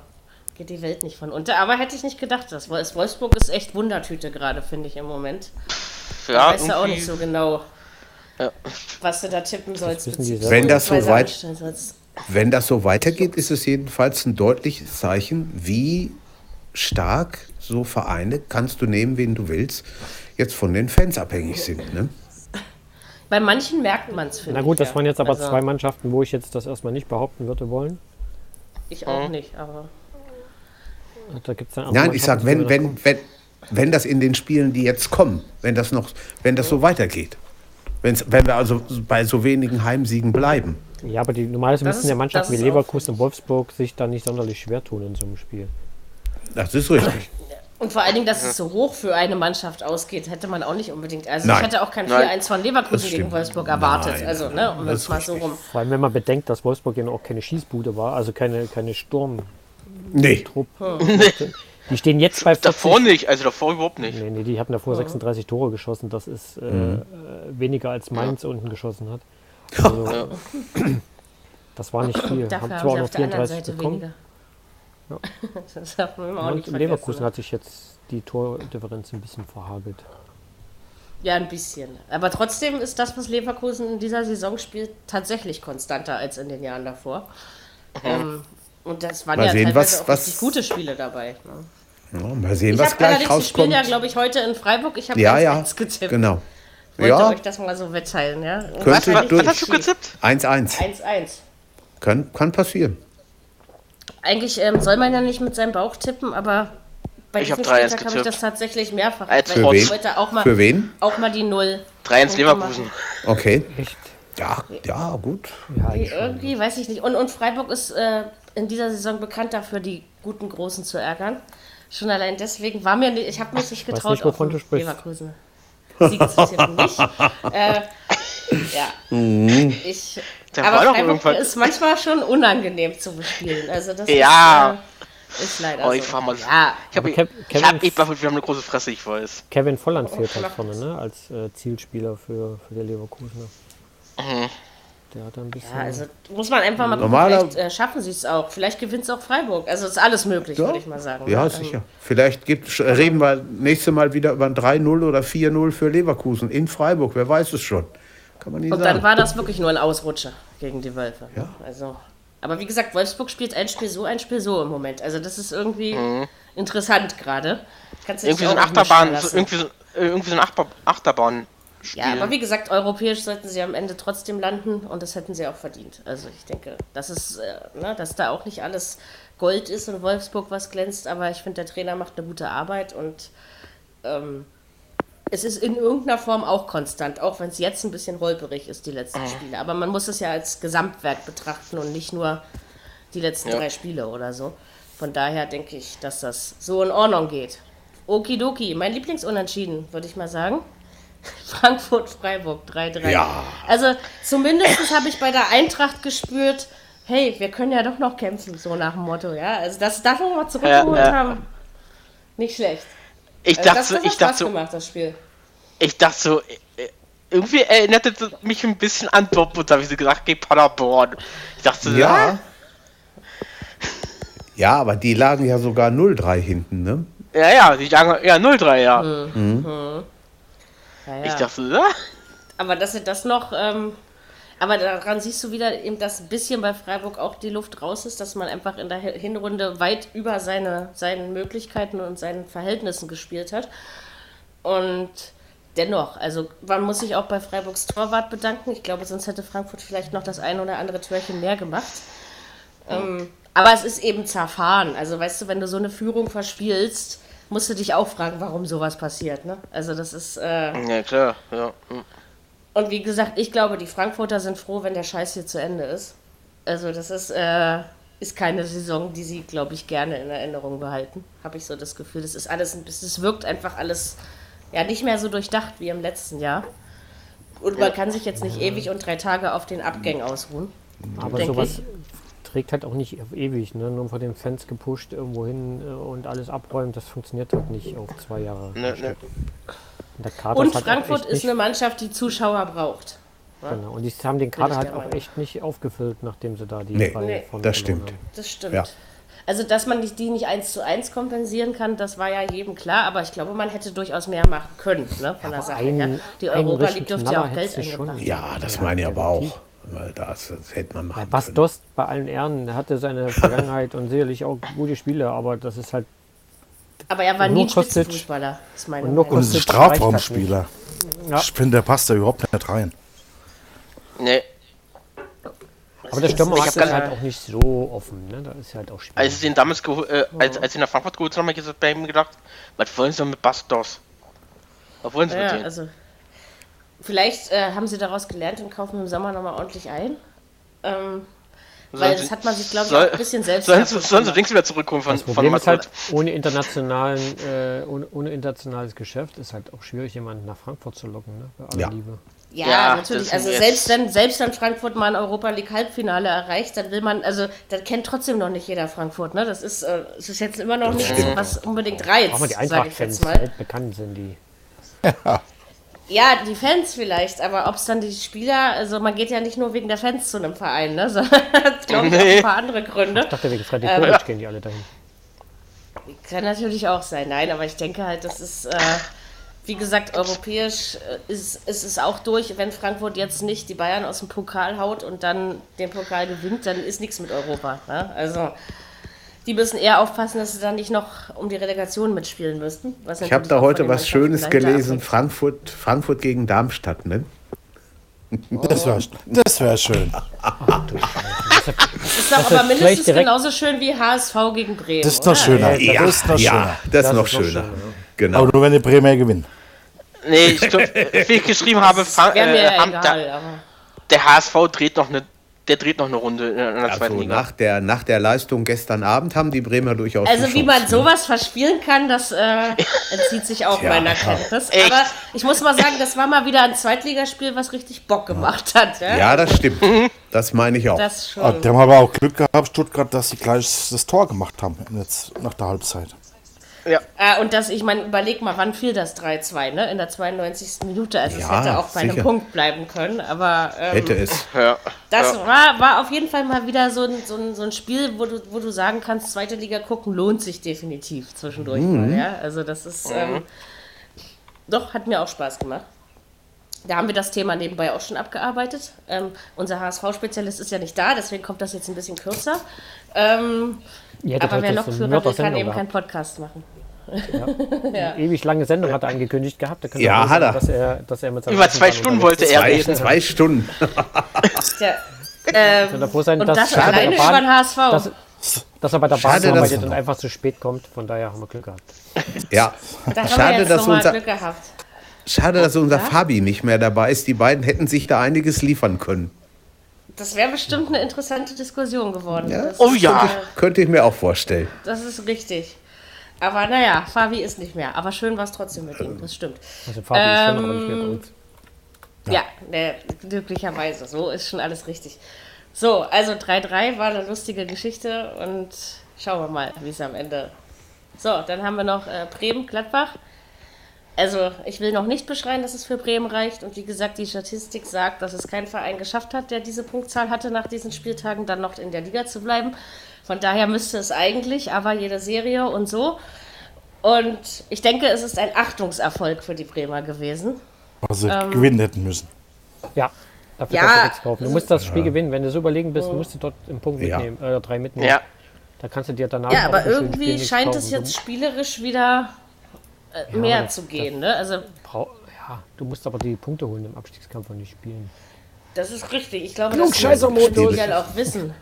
S2: geht die Welt nicht von unter. Aber hätte ich nicht gedacht. Das Wol- Wolfsburg ist echt Wundertüte gerade, finde ich im Moment.
S4: Ja,
S2: weißt du auch
S4: irgendwie-
S2: nicht so genau, was du da tippen sollst.
S6: wissen die
S2: beziehungsweise
S6: selber.
S5: Wenn das so weit-
S2: anstellen sollst.
S5: Wenn das so weitergeht, ist es jedenfalls ein deutliches Zeichen, wie stark so Vereine, kannst du nehmen, wen du willst, jetzt von den Fans abhängig sind. Ne?
S2: Bei manchen merkt man es, finde
S6: Na
S2: ich.
S6: gut, das
S2: ja.
S6: waren jetzt aber
S2: Also,
S6: zwei Mannschaften, wo ich jetzt das erstmal nicht behaupten würde wollen.
S2: Ich
S4: Mhm.
S2: auch nicht, aber.
S6: Da gibt's dann andere
S5: Nein, ich sag,
S6: Mannschaften,
S5: wenn,
S6: die
S5: wenn, wenn, wenn das in den Spielen, die jetzt kommen, wenn das noch, wenn das so weitergeht. Wenn's, wenn wir also bei so wenigen Heimsiegen bleiben.
S6: Ja, aber die normalerweise
S2: Das
S6: müssen
S2: ist-
S6: ja
S2: das
S6: Mannschaften wie
S2: ist
S6: Leverkusen und Wolfsburg sich da nicht sonderlich schwer tun in so einem Spiel.
S5: Das ist richtig.
S2: Und vor allen Dingen, dass es so hoch für eine Mannschaft ausgeht, hätte man auch nicht unbedingt. Also
S5: Nein.
S2: ich hätte auch kein
S4: Nein.
S2: 4-1 von
S5: Das
S2: Leverkusen
S5: stimmt.
S2: gegen Wolfsburg erwartet.
S5: Nein.
S2: Also, ne, um
S5: Das
S2: es
S5: ist
S2: mal so
S5: richtig.
S2: rum.
S6: Vor allem, wenn man bedenkt, dass Wolfsburg ja auch keine Schießbude war, also keine, keine Sturmtruppe.
S5: Nee.
S6: Die stehen jetzt bei 40.
S4: Davor nicht, also davor überhaupt nicht.
S6: Nee, nee, die haben davor 36 Tore geschossen. Das ist äh, äh, weniger als Mainz unten geschossen hat. Also, Das war nicht viel.
S2: Dafür
S6: haben
S2: haben,
S6: zwar auch
S2: sie
S6: noch
S2: auf der anderen
S6: 34
S2: Seite
S6: bekommen.
S2: weniger. Das darf man immer auch nicht
S6: Und
S2: vergessen. ne?
S6: Leverkusen hat sich jetzt die Tordifferenz ein bisschen verhagelt.
S2: Ja, ein bisschen. Aber trotzdem ist das, was Leverkusen in dieser Saison spielt, tatsächlich konstanter als in den Jahren davor. Ähm, und das waren
S5: Mal
S2: ja
S5: sehen,
S2: teilweise
S5: was-
S2: auch
S5: was-
S2: richtig gute Spiele dabei. Ne?
S5: Ja, mal sehen,
S2: Ich
S5: was
S2: habe
S5: gleich
S2: allerdings, die spielen
S5: rauskommt.
S2: ja, glaube ich, heute in Freiburg. Ich habe
S5: Ja, ja.
S2: 1-1 getippt.
S5: Genau.
S2: Wollte
S5: Ja.
S2: euch das mal so mitteilen, ja? Und
S5: Was-
S4: Was,
S2: wahrscheinlich
S5: durch-
S4: was hast du
S2: nicht viel.
S4: gezippt?
S5: 1-1.
S2: 1-1.
S5: Kann, kann passieren.
S2: Eigentlich ähm, soll man ja nicht mit seinem Bauch tippen, aber bei
S4: Ich hab
S2: diesem
S4: 3-1
S2: Spieltag habe ich
S4: getippt.
S2: das tatsächlich mehrfach.
S4: Eins
S2: weil
S4: für
S2: ich
S5: wen?
S2: wollte auch mal,
S5: Für wen?
S2: Auch mal die Null.
S4: 3-1
S2: Punkte
S4: Leverkusen.
S2: machen.
S5: Okay.
S6: Echt?
S5: Ja, ja, gut.
S6: Ja, eigentlich schon.
S2: Irgendwie, weiß ich nicht. Und, und Freiburg ist äh, in dieser Saison bekannt dafür, die guten Großen zu ärgern. Schon allein deswegen war mir nicht, ich habe mich nicht
S6: weiß
S2: getraut,
S6: nicht, wovon du sprichst.
S2: Leverkusen. Sieg zu tippen, nicht. Äh, ja.
S5: Mhm.
S2: Ich,
S4: Da
S2: aber
S4: war doch
S2: Freiburg
S4: irgendwas.
S2: ist manchmal schon unangenehm zu bespielen. Also das
S4: Ja.
S2: ist, äh, ist leider
S4: Oh,
S2: so.
S4: ich fahr mal.
S2: Ja,
S4: eh- Ich habe
S6: Aber Kev-
S4: ich
S6: Kevin-
S4: hab, ich hab, wir haben eine große Fresse, ich weiß.
S6: Kevin Volland
S2: Oh,
S6: fehlt halt vorne, ne? Als äh, Zielspieler für, für die Leverkusener. Der hat da ein bisschen.
S2: Mhm. Ja, also muss man einfach mal gucken,
S5: Normaler-
S2: vielleicht äh, schaffen sie es auch. Vielleicht gewinnt es auch Freiburg. Also ist alles möglich, würde ich mal sagen. Also-
S5: Ja,
S2: Ähm,
S5: sicher. Vielleicht gibt, sch- reden wir nächste Mal wieder über ein 3-0 oder 4-0 für Leverkusen in Freiburg. Wer weiß es schon. Kann man nicht
S2: Und
S5: sagen.
S2: dann war das wirklich nur ein Ausrutscher gegen die Wölfe.
S5: Ja.
S2: Also, aber wie gesagt, Wolfsburg spielt ein Spiel so, ein Spiel so im Moment. Also das ist irgendwie interessant gerade. Kannst du dich
S4: Mhm. Irgendwie so
S2: auch
S4: ein
S2: nicht mehr
S4: Achterbahn,
S2: schauen
S4: so,
S2: lassen.
S4: irgendwie so, äh, irgendwie so ein Achter, Achterbahn.
S2: ja, aber wie gesagt, europäisch sollten sie am Ende trotzdem landen und das hätten sie auch verdient. Also ich denke, das ist, äh, ne, dass da auch nicht alles Gold ist und Wolfsburg was glänzt, aber ich finde, der Trainer macht eine gute Arbeit und ähm, es ist in irgendeiner Form auch konstant, auch wenn es jetzt ein bisschen holperig ist, die letzten Spiele. Aber man muss es ja als Gesamtwerk betrachten und nicht nur die letzten
S4: Ja.
S2: drei Spiele oder so. Von daher denke ich, dass das so in Ordnung geht. Okidoki, mein Lieblingsunentschieden, würde ich mal sagen. Frankfurt-Freiburg 3-3.
S5: Ja.
S2: Also zumindest habe ich bei der Eintracht gespürt, hey, wir können ja doch noch kämpfen, so nach dem Motto, ja. Also dass sie das nochmal zurückgeholt
S4: Ja, ja.
S2: haben, nicht schlecht.
S4: Ich
S2: Also,
S4: dachte,
S2: das, das hat
S4: ich
S2: Spaß
S4: dachte, so-
S2: gemacht, das Spiel.
S4: ich dachte so, äh, irgendwie erinnerte das mich ein bisschen an Dortmund, da habe ich so gesagt, geh Paderborn. Ich dachte, so,
S5: Ja. Ja, aber die lagen ja sogar 0-3 hinten, ne?
S4: ja, ja, die sagen, ja, 0-3, ja.
S2: Ja,
S4: Ich
S2: Hm, ja.
S4: dachte, so, ja.
S2: Aber dass sie das noch. Ähm, aber daran siehst du wieder eben, dass ein bisschen bei Freiburg auch die Luft raus ist, dass man einfach in der Hin- Hinrunde weit über seine, seinen Möglichkeiten und seinen Verhältnissen gespielt hat. Und dennoch, also man muss sich auch bei Freiburgs Torwart bedanken. Ich glaube, sonst hätte Frankfurt vielleicht noch das ein oder andere Türchen mehr gemacht. Ähm, aber es ist eben zerfahren. Also weißt du, wenn du so eine Führung verspielst, musst du dich auch fragen, warum sowas passiert. Ne? Also das ist. Äh,
S4: Ja, klar, ja. hm.
S2: und wie gesagt, ich glaube, die Frankfurter sind froh, wenn der Scheiß hier zu Ende ist. Also das ist, äh, ist keine Saison, die sie, glaube ich, gerne in Erinnerung behalten. Habe ich so das Gefühl. Das ist alles, ein bisschen- es wirkt einfach alles ja nicht mehr so durchdacht wie im letzten Jahr. Und man kann sich jetzt nicht ewig und drei Tage auf den Abgängen ausruhen.
S6: Aber
S2: Denk
S6: sowas trägt halt auch nicht auf ewig, ne? nur von den Fans gepusht irgendwo hin äh, und alles abräumen, das funktioniert halt nicht auf zwei Jahre.
S4: Ne, ne.
S6: Und, der Kader
S2: Und
S6: ist halt auch
S2: Frankfurt
S6: echt
S2: ist
S6: nicht-
S2: eine Mannschaft, die Zuschauer braucht.
S6: Genau. Und die haben den Kader
S2: ich
S6: halt
S2: der
S6: auch
S2: Meinung.
S6: echt nicht aufgefüllt, nachdem sie da die
S5: Nee,
S6: Reihe
S2: Nee.
S6: von
S5: das
S6: verloren
S5: stimmt.
S6: haben.
S2: Das stimmt.
S5: Ja.
S2: Also, dass man die nicht eins zu eins kompensieren kann, das war ja jedem klar, aber ich glaube, man hätte durchaus mehr machen können, ne, von der Sache her.
S6: Ein,
S2: Die
S6: einen
S2: Europa
S6: richtigen
S2: League dürfte ja
S6: Knaller
S2: auch Geld
S6: hätten sie schon.
S2: eingebracht.
S5: Ja, das meine ich aber auch. Weil Das, das hätte man machen
S6: Was
S5: können.
S6: Dost bei allen Ehren, der hatte seine Vergangenheit und sicherlich auch gute Spiele, aber das ist halt
S2: Aber er war
S6: Und
S2: nie ein
S6: nur Kostic.
S2: Spitzenfußballer, ist meine
S6: Und nur
S3: Und
S2: Meinung.
S3: es ist ein
S6: Kostic reicht das
S3: Strafraumspieler.
S6: Ja.
S3: Ich finde, der passt da überhaupt nicht rein.
S4: Nee.
S6: Aber der Stürmer
S4: Ich
S6: hat
S4: hab
S6: es halt
S4: gar- Also
S6: auch nicht so offen, ne? Da ist halt auch schwierig.
S4: Als ich ihn damals geho- äh,
S2: Mhm.
S4: als, als ich ihn nach Frankfurt geholt habe, habe ich gesagt, bei ihm gedacht, was wollen sie mit Bastos? Was wollen sie
S2: Ja,
S4: mit denen?
S2: also, vielleicht äh, haben sie daraus gelernt und kaufen im Sommer nochmal ordentlich ein. Ähm, weil
S4: Sollen
S2: das
S4: sie-
S2: hat man sich, glaube ich,
S4: soll-
S2: auch ein bisschen selbst
S4: Sollen sie,
S2: kaputt
S4: sollen sie
S2: gemacht.
S4: Dings wieder zurückholen von,
S6: das
S4: von
S6: Problem ist
S4: Madrid?
S6: halt, ohne, internationalen, äh, ohne, ohne internationales Geschäft ist halt auch schwierig, jemanden nach Frankfurt zu locken, ne? Bei aller
S5: Ja.
S6: Liebe.
S2: Ja,
S4: Ja,
S2: natürlich.
S4: das
S2: Also
S4: ist-
S2: selbst wenn, selbst wenn Frankfurt mal ein Europa League Halbfinale erreicht, dann will man, also das kennt trotzdem noch nicht jeder Frankfurt, ne? Das ist, äh, das ist jetzt immer noch nichts, was unbedingt reizt,
S6: Auch mal die
S2: sage ich
S6: Eintracht-Fans ne?
S2: jetzt mal.
S6: weltbekannt sind, die.
S2: Ja, die Fans vielleicht, aber ob es dann die Spieler, also man geht ja nicht nur wegen der Fans zu einem Verein, ne? Sondern hat, glaube ich, auch
S4: Nee.
S2: ein paar andere Gründe.
S6: Ich dachte, wegen Freddy
S2: Ähm,
S6: Kovac gehen die alle dahin.
S2: Kann natürlich auch sein, nein, aber ich denke halt, das ist, äh, wie gesagt, europäisch äh, ist, ist es auch durch. Wenn Frankfurt jetzt nicht die Bayern aus dem Pokal haut und dann den Pokal gewinnt, dann ist nichts mit Europa. Ne? Also die müssen eher aufpassen, dass sie dann nicht noch um die Relegation mitspielen müssten. was
S5: Ich habe
S2: natürlich
S5: da
S2: auch von
S5: heute
S2: den
S5: was Schönes
S2: Mannschaften dahinter
S5: gelesen. Frankfurt, Frankfurt gegen Darmstadt, ne?
S3: Das wäre das wär schön.
S2: abhängt. Ist doch aber
S6: vielleicht
S2: mindestens
S6: direkt-
S2: genauso schön wie HSV gegen Bremen.
S3: Das ist noch
S2: oder?
S3: schöner. das ist noch
S5: ja,
S3: schöner.
S5: das ist noch schöner. Genau.
S3: Aber nur wenn die Bremer gewinnen.
S5: halt-
S4: Nee, ich glaube, wie ich geschrieben habe, Fra
S2: Wäre mir
S4: äh,
S2: ja
S4: haben,
S2: egal,
S4: da,
S2: aber.
S4: der HSV dreht noch eine, der dreht noch eine Runde in der zweiten
S5: Also
S4: Liga.
S5: nach der, nach der Leistung gestern Abend haben die Bremer durchaus.
S2: Also
S5: die
S2: wie
S5: Chance,
S2: man sowas verspielen kann, das äh, entzieht sich auch
S5: Tja.
S2: meiner Kenntnis.
S4: Echt?
S2: Aber ich muss mal sagen, das war mal wieder ein Zweitligaspiel, was richtig Bock gemacht hat. Ja,
S5: Ne? Ja, das stimmt. Das meine ich auch.
S2: mhm. das
S3: Ah,
S2: schon.
S3: die haben aber auch Glück gehabt, Stuttgart, dass sie gleich das Tor gemacht haben. Jetzt nach der Halbzeit.
S2: Ah, und das, ich meine, überleg mal, wann fiel das 3-2, ne? In der 92. Minute. Also es
S5: Ja,
S2: hätte auch bei einem
S5: sicher.
S2: Punkt bleiben können. Aber ähm,
S5: Hätte es.
S4: Ja.
S2: das
S4: ja.
S2: war, war auf jeden Fall mal wieder so ein, so ein, so ein Spiel, wo du, wo du sagen kannst, zweite Liga gucken lohnt sich definitiv zwischendurch mal. Ja? Also das ist,
S5: Mhm.
S2: ähm, doch, hat mir auch Spaß gemacht. Da haben wir das Thema nebenbei auch schon abgearbeitet. Ähm, unser HSV-Spezialist ist ja nicht da, deswegen kommt das jetzt ein bisschen kürzer. Ähm,
S6: Ihr hättet
S2: aber wer
S6: heute so
S2: Lokführer will, kann
S6: eine Mördersendung
S2: eben keinen
S6: gehabt.
S2: Podcast machen.
S6: Eine ewig lange Sendung hat er angekündigt gehabt. Da könnt ihr
S5: Ja,
S6: auch
S5: hat
S6: sagen,
S5: er.
S6: Dass er, dass er mit seiner
S4: Über zwei
S6: Eisenbahn
S4: Stunden
S6: unterwegs
S4: wollte er
S5: Zwei,
S4: reden.
S5: zwei Stunden.
S2: Tja, ähm,
S6: ist. Kann er froh sein,
S2: und
S6: dass,
S2: das
S6: dass, er bei
S2: alleine
S6: der
S2: über den
S6: Bahn,
S2: HSV.
S6: dass, dass er bei der Bahn
S5: Schade, dass-
S6: arbeitet und einfach zu spät kommt. Von daher haben wir Glück gehabt.
S5: Ja.
S2: da haben wir
S5: Schade,
S2: jetzt
S5: dass
S2: nochmal
S5: unser,
S2: Glück gehabt.
S5: schade, dass unser Fabi nicht mehr dabei ist. Die beiden hätten sich da einiges liefern können.
S2: Das wäre bestimmt eine interessante Diskussion geworden. Das,
S4: Oh ja.
S5: Könnte ich mir auch vorstellen.
S2: das ist richtig. Aber naja, Fabi ist nicht mehr. Aber schön war es trotzdem mit ihm, das stimmt.
S6: Also Fabi ist schon aber nicht
S2: Ähm,
S6: mehr bei uns.
S2: Ja, ne, glücklicherweise. So ist schon alles richtig. So, also 3-3 war eine lustige Geschichte und schauen wir mal, wie es am Ende. So, dann haben wir noch äh, Bremen, Gladbach. Also, ich will noch nicht beschreien, dass es für Bremen reicht. Und wie gesagt, die Statistik sagt, dass es kein Verein geschafft hat, der diese Punktzahl hatte, nach diesen Spieltagen dann noch in der Liga zu bleiben. Von daher müsste es eigentlich, aber jede Serie und so. Und ich denke, es ist ein Achtungserfolg für die Bremer gewesen.
S3: Also
S4: Ähm.
S3: gewinnen hätten müssen.
S6: Ja, dafür
S2: Ja.
S6: kannst du nichts kaufen. Du musst das Spiel gewinnen. Wenn du so überlegen bist, musst du dort einen Punkt
S5: Ja.
S6: mitnehmen, äh, drei mitnehmen.
S4: Ja.
S6: Da kannst du dir danach
S2: Ja,
S6: auch
S2: aber
S6: zwischen den Spielen
S2: irgendwie
S6: nichts
S2: scheint
S6: kaufen.
S2: es
S6: Du
S2: jetzt spielerisch wieder äh, mehr
S6: das-
S2: zu gehen. Ne? Also
S6: brau- ja, du musst aber die Punkte holen im Abstiegskampf und nicht spielen.
S2: das ist richtig. Ich glaube, das müssen die dann auch wissen.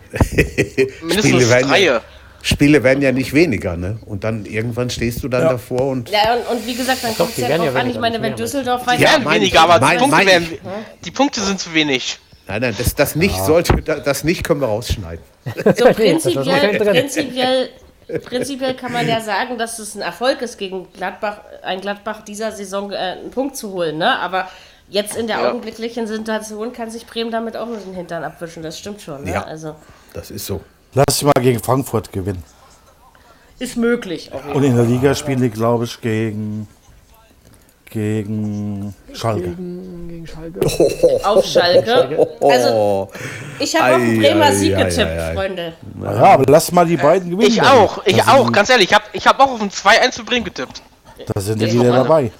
S4: Mindestens drei.
S5: Spiele werden ja nicht weniger, ne? Und dann irgendwann stehst du dann davor und.
S2: Ja, und, und wie gesagt, dann kommt es
S6: die
S2: ja
S6: werden
S2: drauf
S6: ja
S2: an.
S6: weniger,
S2: Ich meine,
S6: nicht
S2: wenn
S6: mehr.
S2: Düsseldorf weiter...
S5: Ja,
S4: Werden
S5: mein-
S4: weniger, aber
S5: mein-
S4: die Punkte
S5: mein-
S4: werden, die Punkte sind zu wenig.
S5: Nein, nein, das, das nicht sollte, das nicht können wir rausschneiden.
S2: So
S6: Das war kein
S2: prinzipiell,
S6: Trend.
S2: prinzipiell, prinzipiell kann man ja sagen, dass es ein Erfolg ist, gegen Gladbach, ein Gladbach dieser Saison äh, einen Punkt zu holen. Ne? Aber jetzt in der
S4: Ja.
S2: augenblicklichen Situation kann sich Bremen damit auch nur den Hintern abwischen. Das stimmt schon. Ne?
S5: Ja.
S2: Also
S5: Das ist so.
S3: Lass sie mal gegen Frankfurt gewinnen.
S2: ist möglich. Auf jeden Fall.
S3: Und in der Liga spielen die, glaube ich, gegen, gegen Schalke.
S6: Gegen Schalke.
S2: Auf Schalke.
S6: Oh.
S5: Oh,
S2: Also, ich habe auf den
S5: Ei,
S2: Bremer
S5: ei,
S2: Sieg
S5: ei,
S2: getippt,
S5: ei, ei.
S2: Freunde.
S3: Ja, aber lass mal die beiden gewinnen.
S4: Äh, Ich
S3: dann.
S4: auch, ich
S3: Da sind
S4: auch, ganz ehrlich, ich habe ich hab auch auf ein 2-1 für Bremen getippt.
S3: die- Da sind die
S4: Ich
S3: wieder
S4: auch.
S3: dabei.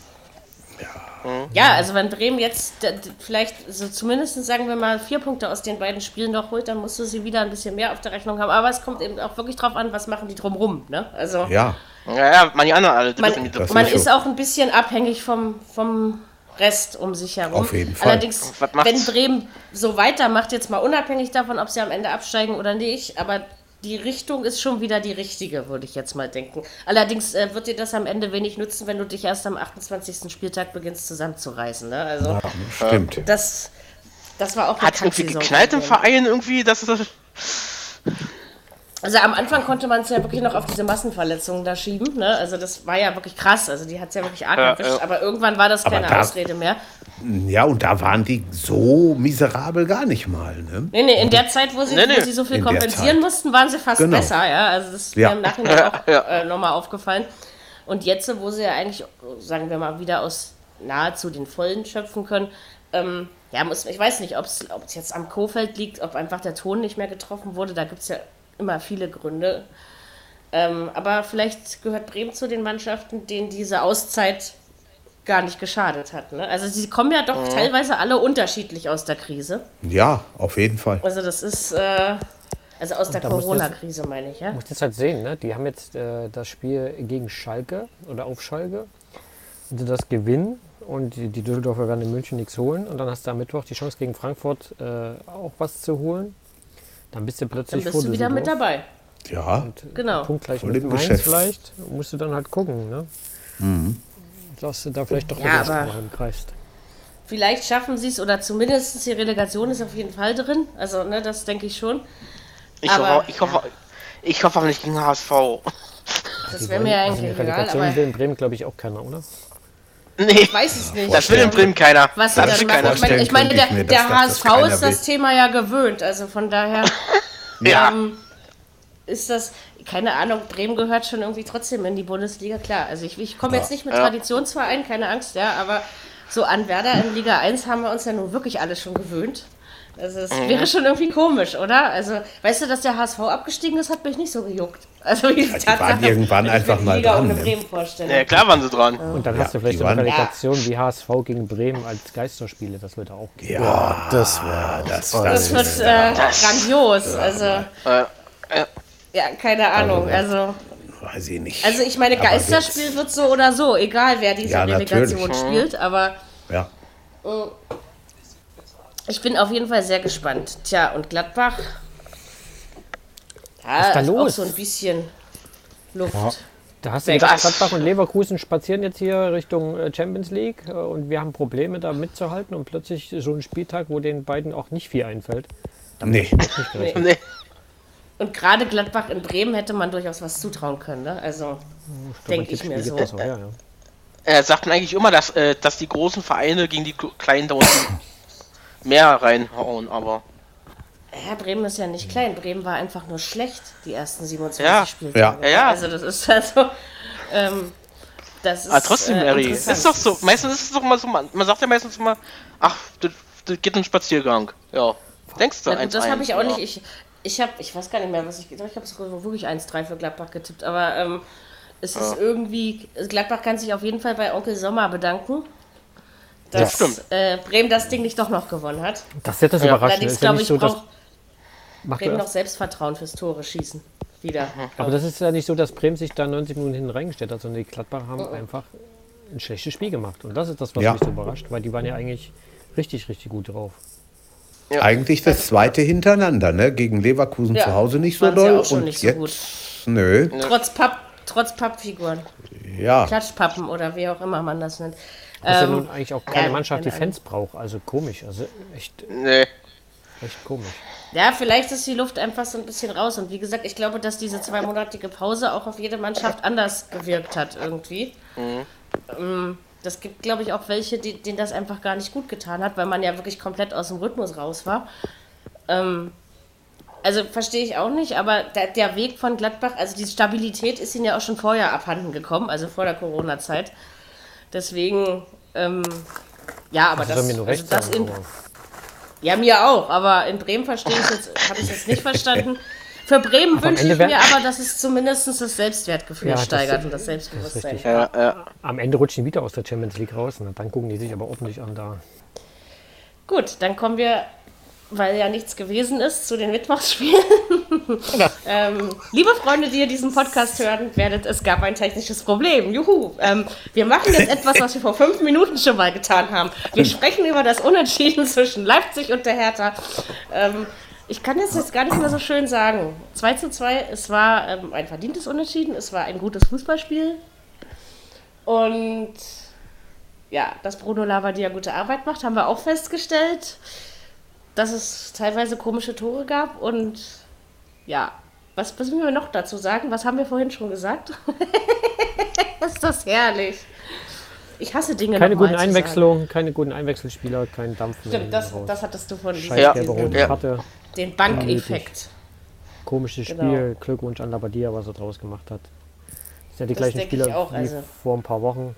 S2: Ja, also wenn Bremen jetzt d- d- vielleicht so zumindest sagen wir mal vier Punkte aus den beiden Spielen noch holt, dann musst du sie wieder ein bisschen mehr auf der Rechnung haben. Aber es kommt eben auch wirklich drauf an, was machen die drumrum. Ne? Also
S5: Ja,
S4: Ja, ja, meine anderen alle.
S2: man,
S4: dritten, die
S5: das
S4: dritten.
S2: man
S5: ist so.
S2: ist auch ein bisschen abhängig vom, vom Rest um sich herum.
S5: Auf jeden Fall.
S2: Allerdings,
S4: Und was
S2: wenn
S4: macht's?
S2: Bremen so weitermacht, jetzt mal unabhängig davon, ob sie am Ende absteigen oder nicht, aber die Richtung ist schon wieder die richtige, würde ich jetzt mal denken. Allerdings äh, wird dir das am Ende wenig nützen, wenn du dich erst am 28. Spieltag beginnst zusammenzureißen. Ne? Also,
S5: stimmt.
S2: das, das war auch eine
S4: Hat irgendwie
S2: Kacksaison.
S4: geknallt im Verein irgendwie, dass das.
S2: Also am Anfang konnte man es ja wirklich noch auf diese Massenverletzungen da schieben. Ne? Also das war ja wirklich krass. Also die hat es ja wirklich arg
S4: Ja,
S2: erwischt.
S4: ja.
S2: Aber irgendwann war das
S5: Aber
S2: keine
S5: da-
S2: Ausrede mehr.
S5: Ja, und da waren die so miserabel gar nicht mal. Ne?
S2: Nee, nee, in der Zeit, wo sie,
S4: Nee, nee.
S2: Wo sie so viel
S5: In der
S2: kompensieren
S5: Zeit.
S2: mussten, waren sie fast
S5: Genau.
S2: besser. Ja? Also das ist
S5: Ja.
S2: mir im Nachhinein auch
S4: Ja.
S2: äh, nochmal aufgefallen. Und jetzt, wo sie ja eigentlich, sagen wir mal, wieder aus nahezu den Vollen schöpfen können, ähm, ja, muss, ich weiß nicht, ob es jetzt am Kofeld liegt, ob einfach der Ton nicht mehr getroffen wurde. Da gibt es ja immer viele Gründe. Ähm, aber vielleicht gehört Bremen zu den Mannschaften, denen diese Auszeit gar nicht geschadet hat. Ne? Also sie kommen ja
S4: Mhm.
S2: doch teilweise alle unterschiedlich aus der Krise.
S5: Ja, auf jeden Fall.
S2: Also das ist, äh, also aus der
S6: da musst du
S2: Corona-Krise meine ich, ja.
S6: Muss jetzt halt sehen, ne? Die haben jetzt äh, das Spiel gegen Schalke oder auf Schalke. Wenn sie das gewinnen und die, die Düsseldorfer werden in München nichts holen und dann hast du am Mittwoch die Chance gegen Frankfurt äh, auch was zu holen, dann bist du
S2: Dann
S6: plötzlich
S2: bist du wieder mit
S6: Düsseldorf.
S2: dabei.
S5: Ja,
S2: Genau.
S6: Punktgleich
S5: Voll
S6: mit
S5: im
S6: Mainz
S5: Geschäft.
S6: vielleicht, musst du dann halt gucken, ne? Dass du da vielleicht doch
S2: Ja,
S6: wieder was
S2: aber-
S6: reinkreist.
S2: Vielleicht schaffen sie es oder zumindest die Relegation ist auf jeden Fall drin. Also, ne, das denke ich schon.
S4: Ich,
S2: Aber-
S4: hoffe, ich, hoffe, ich hoffe auch nicht gegen HSV.
S2: Das wäre mir
S6: Die
S2: eigentlich egal,
S6: Relegation
S2: aber ich
S6: will Also in Bremen, glaube ich, auch keiner, oder?
S4: Nee,
S2: weiß es nicht.
S4: das will in Bremen keiner.
S2: was sie
S4: das
S2: dann
S4: will
S2: machen.
S4: keiner.
S2: Ich meine, ich meine
S5: Vorstellen
S2: der,
S5: könnte ich mir,
S2: der
S5: dass das
S2: HSV
S5: keiner
S2: ist das
S5: will.
S2: Thema ja gewöhnt. Also von daher
S4: Ja.
S2: ist das, keine Ahnung, Bremen gehört schon irgendwie trotzdem in die Bundesliga, klar. Also ich, ich komme jetzt nicht mit Traditionsverein, keine Angst, ja, aber so an Werder in Liga 1 haben wir uns ja nun wirklich alle schon gewöhnt. Also es
S5: Mhm.
S2: wäre schon irgendwie komisch, oder? Also, weißt du, dass der HSV abgestiegen ist, hat mich nicht so gejuckt. Also die,
S5: die waren irgendwann
S2: wenn ich mir
S5: einfach
S2: die
S5: mal
S2: Liga
S5: dran,
S2: ohne
S5: ne?
S2: Bremen vorstelle.
S4: ja, klar waren sie dran.
S6: Und dann hast du vielleicht
S5: die
S6: so eine
S5: waren-
S6: Relegation wie HSV gegen Bremen als Geisterspiele, das würde auch
S5: ja,
S6: gehen.
S3: Ah, Das wäre.
S5: das,
S2: Das
S5: das,
S2: wird äh, grandios. Also,
S4: Äh,
S2: ja, keine Ahnung. Also,
S5: weiß ich nicht.
S2: also ich meine,
S5: Aber
S2: Geisterspiel
S5: jetzt-
S2: wird so oder so, egal wer diese
S5: Ja,
S2: Relegation
S5: natürlich.
S2: spielt, aber.
S5: Ja.
S2: Ich bin auf jeden Fall sehr gespannt. Tja, und Gladbach? Ja,
S6: da
S2: ist
S6: los?
S2: auch so ein bisschen Luft.
S6: Da hast du gedacht, Gladbach und Leverkusen spazieren jetzt hier Richtung äh, Champions League äh, und wir haben Probleme da mitzuhalten und plötzlich so ein Spieltag, wo den beiden auch nicht viel einfällt.
S5: Nee,
S4: Nee.
S2: Und gerade Gladbach in Bremen hätte man durchaus was zutrauen können, ne?
S6: Oh,
S2: Also, denke ich mir so.
S6: Das auch, ja, ja.
S4: Äh, sagt man eigentlich immer, dass, äh, dass die großen Vereine gegen die gl- kleinen da unten mehr reinhauen, aber.
S2: Ja, Äh, Bremen ist ja
S6: Mhm.
S2: nicht klein. Bremen war einfach nur schlecht, die ersten 27
S4: Ja.
S2: Spieltage.
S4: Ja, ja.
S2: Also, das ist also. Ähm, das ist,
S4: Aber Ah, trotzdem,
S2: äh,
S4: Eri,
S2: interessant.
S4: ist doch so. Meistens ist es doch mal so, man, man sagt ja meistens immer, ach, das, das geht ein Spaziergang. Ja. Denkst du,
S2: Na gut, das
S4: 1-1,
S2: habe ich auch
S4: ja.
S2: nicht. Ich, ich habe, ich weiß gar nicht mehr, was ich getippt habe. Ich habe wirklich 1-3 für Gladbach getippt. Aber ähm, es ist irgendwie, Gladbach kann sich auf jeden Fall bei Onkel Sommer bedanken, dass
S4: stimmt.
S2: äh, Bremen das Ding nicht doch noch gewonnen hat.
S6: Das ist ja das Überraschende.
S2: Allerdings
S6: Ist ja
S2: glaube
S6: nicht
S2: ich,
S6: so, dass,
S2: braucht
S6: macht
S2: Bremen noch
S6: das,
S2: Selbstvertrauen fürs Tore schießen. Wieder.
S6: aber das ist ja nicht so, dass Bremen sich da 90 Minuten hinten reingestellt hat, sondern die Gladbach
S2: Oh,
S6: haben einfach ein schlechtes Spiel gemacht. Und das ist das, was
S5: Ja.
S6: mich so überrascht, weil die waren ja eigentlich richtig, richtig gut drauf.
S5: eigentlich das zweite hintereinander, ne? Gegen Leverkusen
S2: Ja,
S5: zu Hause nicht so
S2: waren sie
S5: doll.
S2: auch schon
S5: und
S2: nicht so
S5: jetzt,
S2: gut.
S5: nö,
S2: Trotz Papp, trotz Pappfiguren.
S5: ja.
S2: Klatschpappen oder wie auch immer man das nennt.
S6: Das ist ja
S2: Ähm,
S6: nun eigentlich auch keine
S2: ja,
S6: Mannschaft, die
S2: keine Ahnung.
S6: Fans braucht. Also komisch, also echt,
S4: Nee.
S6: echt komisch.
S2: Ja, vielleicht ist die Luft einfach so ein bisschen raus. Und wie gesagt, ich glaube, dass diese zweimonatige Pause auch auf jede Mannschaft anders gewirkt hat irgendwie. Ähm, Das gibt, glaube ich, auch welche, die, denen das einfach gar nicht gut getan hat, weil man ja wirklich komplett aus dem Rhythmus raus war. Ähm, also verstehe ich auch nicht, aber der, der Weg von Gladbach, also die Stabilität ist ihnen ja auch schon vorher abhanden gekommen, also vor der Corona-Zeit. Deswegen Ähm, ja, aber
S6: Also
S2: das,
S6: soll mir nur
S2: also
S6: recht
S2: das
S6: sein,
S2: in,
S6: aber-
S2: ja, mir auch, aber in Bremen verstehe ich jetzt, habe ich jetzt nicht verstanden. Für Bremen
S6: am
S2: wünsche
S6: Ende
S2: ich
S6: wär-
S2: mir aber, dass es zumindest das Selbstwertgefühl
S6: Ja, das-
S2: steigert und
S6: das
S2: das Selbstbewusstsein.
S6: richtig.
S4: Ja, ja.
S6: Am Ende rutschen die wieder aus der Champions League raus. Na, dann gucken die sich aber ordentlich an da.
S2: Gut, dann kommen wir, weil ja nichts gewesen ist, zu den Mittwochsspielen. ähm, liebe Freunde, die ihr diesen Podcast hören werdet, es gab ein technisches Problem. Juhu! Ähm, wir machen jetzt etwas, was wir vor fünf Minuten schon mal getan haben. Wir sprechen über das Unentschieden zwischen Leipzig und der Hertha. Ähm, ich kann das jetzt gar nicht mehr so schön sagen. 2 zu 2, es war ähm, ein verdientes Unentschieden, es war ein gutes Fußballspiel. Und ja, dass Bruno Lavadia gute Arbeit macht, haben wir auch festgestellt, dass es teilweise komische Tore gab und ja, was müssen wir noch dazu sagen? Was haben wir vorhin schon gesagt? ist das herrlich. Ich hasse Dinge
S6: Keine
S2: noch mal
S6: guten
S2: zu
S6: Einwechslungen, keine guten Einwechselspieler, kein Dampf
S2: Sagen.
S6: mehr.
S2: Stimmt, das,
S6: raus.
S2: das hattest du von
S6: Scheiß
S4: Ja.
S6: gelbe
S2: diesen-
S6: rote
S4: Ja.
S6: Karte,
S2: den Bankeffekt.
S6: komisches Spiel.
S2: Genau.
S6: Glückwunsch an Labadia, was er draus gemacht hat. Das sind ja die
S2: Das
S6: gleichen
S2: denke ich
S6: Spieler
S2: auch,
S6: wie
S2: also.
S6: vor ein paar Wochen.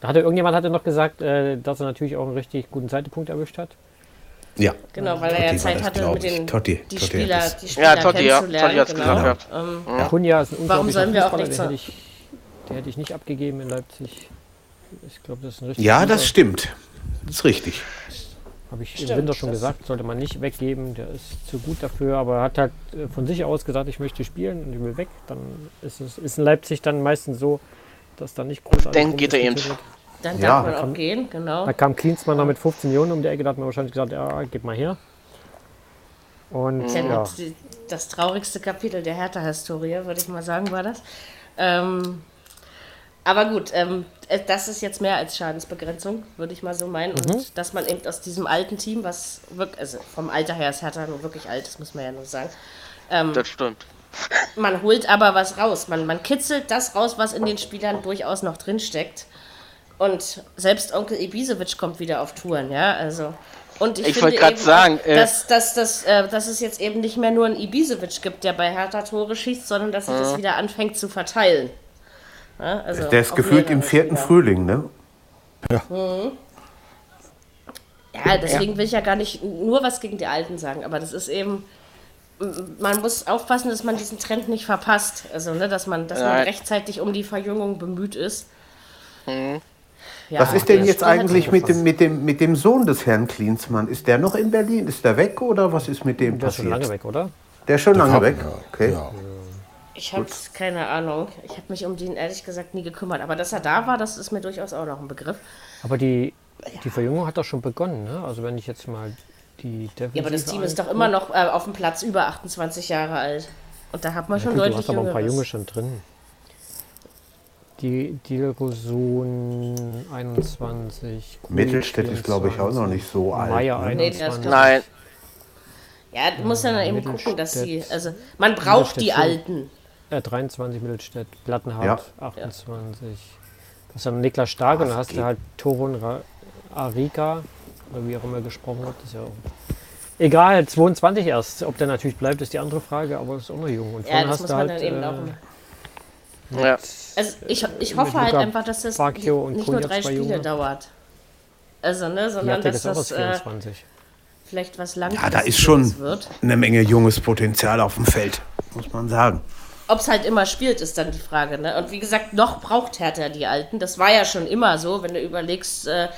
S6: Da hatte irgendjemand hatte noch gesagt, äh, dass er natürlich auch einen richtig guten Zeitpunkt erwischt hat.
S5: Ja.
S2: Genau, weil
S5: Totti
S2: er ja
S5: war
S2: Zeit
S5: das,
S2: hatte,
S5: glaub
S2: mit
S5: ich.
S2: den
S5: Totti.
S2: die
S5: Totti hat
S2: Spieler,
S5: das.
S2: die Spieler
S4: Ja, Totti, ja.
S2: kennenzulernen.
S4: Totti hat's
S2: genau.
S4: gesagt,
S2: Ähm,
S6: Kunja ist ein
S2: Warum
S6: unglaublicher
S2: sollen wir auch
S6: Fußballer,
S2: nichts
S6: den hätte
S2: sagen?
S6: ich, den hätte ich nicht abgegeben in Leipzig. Ich glaube, das ist ein richtig
S5: Ja,
S6: guter.
S5: das stimmt. Das ist richtig.
S6: Habe ich im
S2: Stimmt,
S6: Winter schon
S2: das-
S6: gesagt, sollte man nicht weggeben, der ist zu gut dafür, aber er hat halt äh, von sich aus gesagt, ich möchte spielen und ich will weg. Dann ist es ist in Leipzig dann meistens so, dass da nicht großartig.
S4: Dann geht er eben.
S6: rumdiskutiert wird.
S2: Dann
S5: Ja,
S2: darf
S5: da
S2: man auch gehen, genau.
S6: Da kam Klinsmann noch mit 15 Millionen um die Ecke, da hat man wahrscheinlich gesagt, ja, gib mal her. Und
S2: Denn
S6: ja,
S2: die- das traurigste Kapitel der Hertha-Historie, würde ich mal sagen, war das. Ähm, aber gut, ähm, äh, das ist jetzt mehr als Schadensbegrenzung, würde ich mal so meinen. Und dass man eben aus diesem alten Team, was wirklich, also vom Alter her ist Hertha nur wirklich alt, das muss man ja nur sagen. genau.
S4: das stimmt.
S2: Man holt aber was raus. Man, man kitzelt das raus, was in den Spielern durchaus noch drinsteckt. Und selbst Onkel Ibisevic kommt wieder auf Touren, ja, also. Und ich,
S4: Ich
S2: finde
S4: wollte gerade
S2: eben auch,
S4: sagen, äh,
S2: dass, dass, dass, äh, dass es jetzt eben nicht mehr nur einen Ibisevic gibt, der bei Hertha Tore schießt, sondern dass sich
S4: Mhm.
S2: das wieder anfängt zu verteilen. Ja, also
S5: Der ist
S2: auf
S5: gefühlt im
S2: mehrere
S5: vierten
S2: Spieler.
S5: Frühling, ne?
S2: Ja, deswegen will ich ja gar nicht nur was gegen die Alten sagen, aber das ist eben, m- man muss aufpassen, dass man diesen Trend nicht verpasst. Also, ne, dass man, dass man
S4: Nein.
S2: rechtzeitig um die Verjüngung bemüht ist. Ja,
S5: Mhm.
S2: halt
S5: Was ist denn
S2: der
S5: jetzt
S2: Spiel hat
S5: eigentlich
S2: sich
S5: mit dem, mit, dem, mit dem Sohn des Herrn Klinsmann? Ist der noch in Berlin? Ist der weg oder was ist mit dem
S6: der ist schon lange
S5: passiert?
S6: weg, oder?
S5: Der ist schon lange weg. Okay.
S3: Ja.
S2: Ich habe keine Ahnung. Ich habe mich um den ehrlich gesagt nie gekümmert. Aber dass er da war, das ist mir durchaus auch noch ein Begriff.
S6: Aber die, die Verjüngung hat doch schon begonnen, ne? Also wenn ich jetzt mal die ah, Defensive
S2: Ja, aber das Team ist doch
S6: angucke.
S2: immer noch äh, auf dem Platz über 28 Jahre alt. Und da hat man schon
S6: Gut, du
S2: deutlich
S6: hast aber ein paar
S2: Jüngeres.
S6: Junge schon drin. Die Dilrosun 21. Krug
S5: Mittelstädt ist, glaube ich, auch noch
S6: 24,
S5: nicht so alt.
S6: Meier
S5: ne?
S6: 21.
S2: Nee, der ist klar.
S4: Nein,
S2: Ja, du musst dann eben gucken, dass die.
S6: Mittelstädt-
S2: Also, man braucht die
S6: Mittelstädt schon.
S2: Alten.
S6: Äh, 23 Mittelstädt, Plattenhardt
S5: Ja.
S6: 28. Das ist dann Niklas Stark und dann hast du halt Torun Ra- Arika, oder wie auch immer gesprochen wird. Das ist ja auch Egal, 22 erst. Ob der natürlich bleibt, ist die andere Frage, aber das ist auch noch jung. Und
S2: Ja,
S6: vorne
S2: das
S6: hast
S2: muss
S6: du
S2: man
S6: halt,
S2: dann eben
S6: äh,
S2: auch.
S4: ja.
S2: Also ich, ich hoffe halt
S6: Luca
S2: einfach, dass das
S6: Bacchio und
S2: nicht nur
S6: Kunja,
S2: drei
S6: zwei
S2: Spiele
S6: Junge.
S2: dauert. Also, ne, sondern
S6: Jatek
S2: dass
S6: ist auch
S2: das
S6: erst
S2: äh,
S6: 24.
S2: vielleicht was langfristiges
S5: Ja, da ist schon
S2: wird.
S5: eine Menge junges Potenzial auf dem Feld, muss man sagen.
S2: Ob es halt immer spielt, ist dann die Frage. Ne? Und wie gesagt, noch braucht Hertha die Alten. Das war ja schon immer so, wenn du überlegst, äh, äh,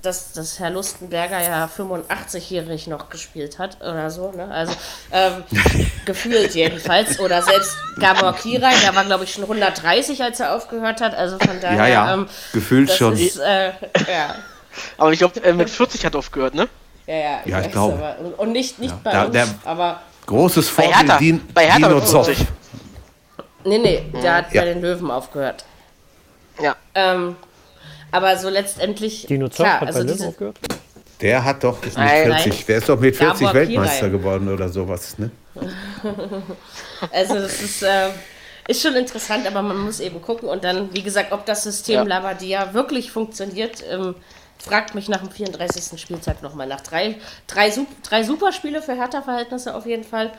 S2: dass, dass Herr Lustenberger ja 85-jährig noch gespielt hat oder so. Ne? Also ähm, gefühlt jedenfalls. Oder selbst Gabor Kirai, der war glaube ich schon 130, als er aufgehört hat. Also von daher, ähm,
S5: gefühlt
S2: das ist äh, ja.
S4: Aber ich glaube, äh, mit 40 hat aufgehört, ne?
S2: Ja, ja, ich,
S5: Ja, ich
S2: weiß,
S5: glaube.
S2: aber- und- Und nicht, nicht bei
S5: da-
S2: uns,
S5: der-
S2: aber.
S5: Großes
S4: Bei
S5: Vorbild
S4: Hertha.
S5: Din-
S4: Bei Hertha
S5: Dino
S4: mit
S5: Zoff.
S4: 40.
S2: Nee, nee, der hat
S5: Ja.
S2: bei den Löwen aufgehört.
S4: Ja.
S2: Ähm, aber so letztendlich.
S6: Dino Zoff
S2: klar,
S6: hat
S2: also
S6: bei Löwen
S2: diese,
S6: aufgehört.
S5: Der hat doch ist mit
S4: Nein,
S5: 40. Der ist doch mit 40
S2: Gabor
S5: Weltmeister
S2: Kirai.
S5: geworden oder sowas. Ne?
S2: also das ist, ähm, ist schon interessant, aber man muss eben gucken. Und dann, wie gesagt, ob das System
S4: Ja.
S2: Labadia wirklich funktioniert, ähm, fragt mich nach dem 34. Spieltag nochmal. Nach drei, drei, Sup drei Superspiele für Hertha-Verhältnisse auf jeden Fall.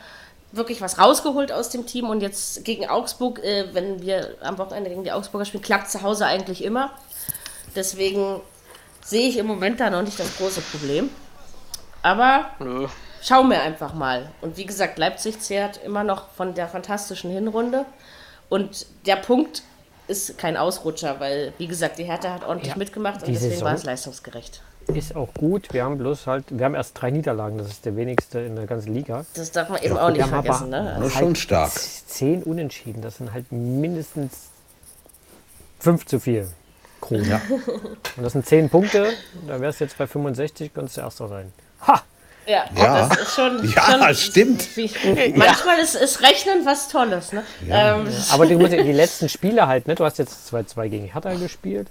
S2: Wirklich was rausgeholt aus dem Team und jetzt gegen Augsburg, äh, wenn wir am Wochenende gegen die Augsburger spielen, klappt zu Hause eigentlich immer. Deswegen sehe ich im Moment da noch nicht das große Problem. Aber schauen wir einfach mal. Und wie gesagt, Leipzig zehrt immer noch von der fantastischen Hinrunde. Und der Punkt ist kein Ausrutscher, weil, wie gesagt, die Hertha hat ordentlich
S6: Ja,
S2: mitgemacht und
S6: die
S2: deswegen
S6: Saison-
S2: war es leistungsgerecht.
S6: Ist auch gut. Wir haben bloß halt, wir haben erst drei Niederlagen. Das ist der wenigste in der ganzen Liga.
S2: Das darf man eben auch
S6: wir
S2: nicht
S6: haben aber-
S2: vergessen. Ne?
S5: Das
S4: Halt.
S2: Also,
S5: ist schon stark.
S6: Halt Zehn Unentschieden. Das sind halt mindestens fünf zu viel. Krone. Und das sind zehn Punkte. Da wärst du jetzt bei 65, könntest du Erster sein. Ha!
S2: ja,
S5: Ja.
S2: das ist schon.
S5: Ja,
S2: schon
S5: stimmt.
S2: Wie, manchmal ist, ist Rechnen was Tolles. Ne? Ähm,
S6: Aber die, die letzten Spiele halt, ne? Du hast jetzt 2-2 gegen Hertha gespielt.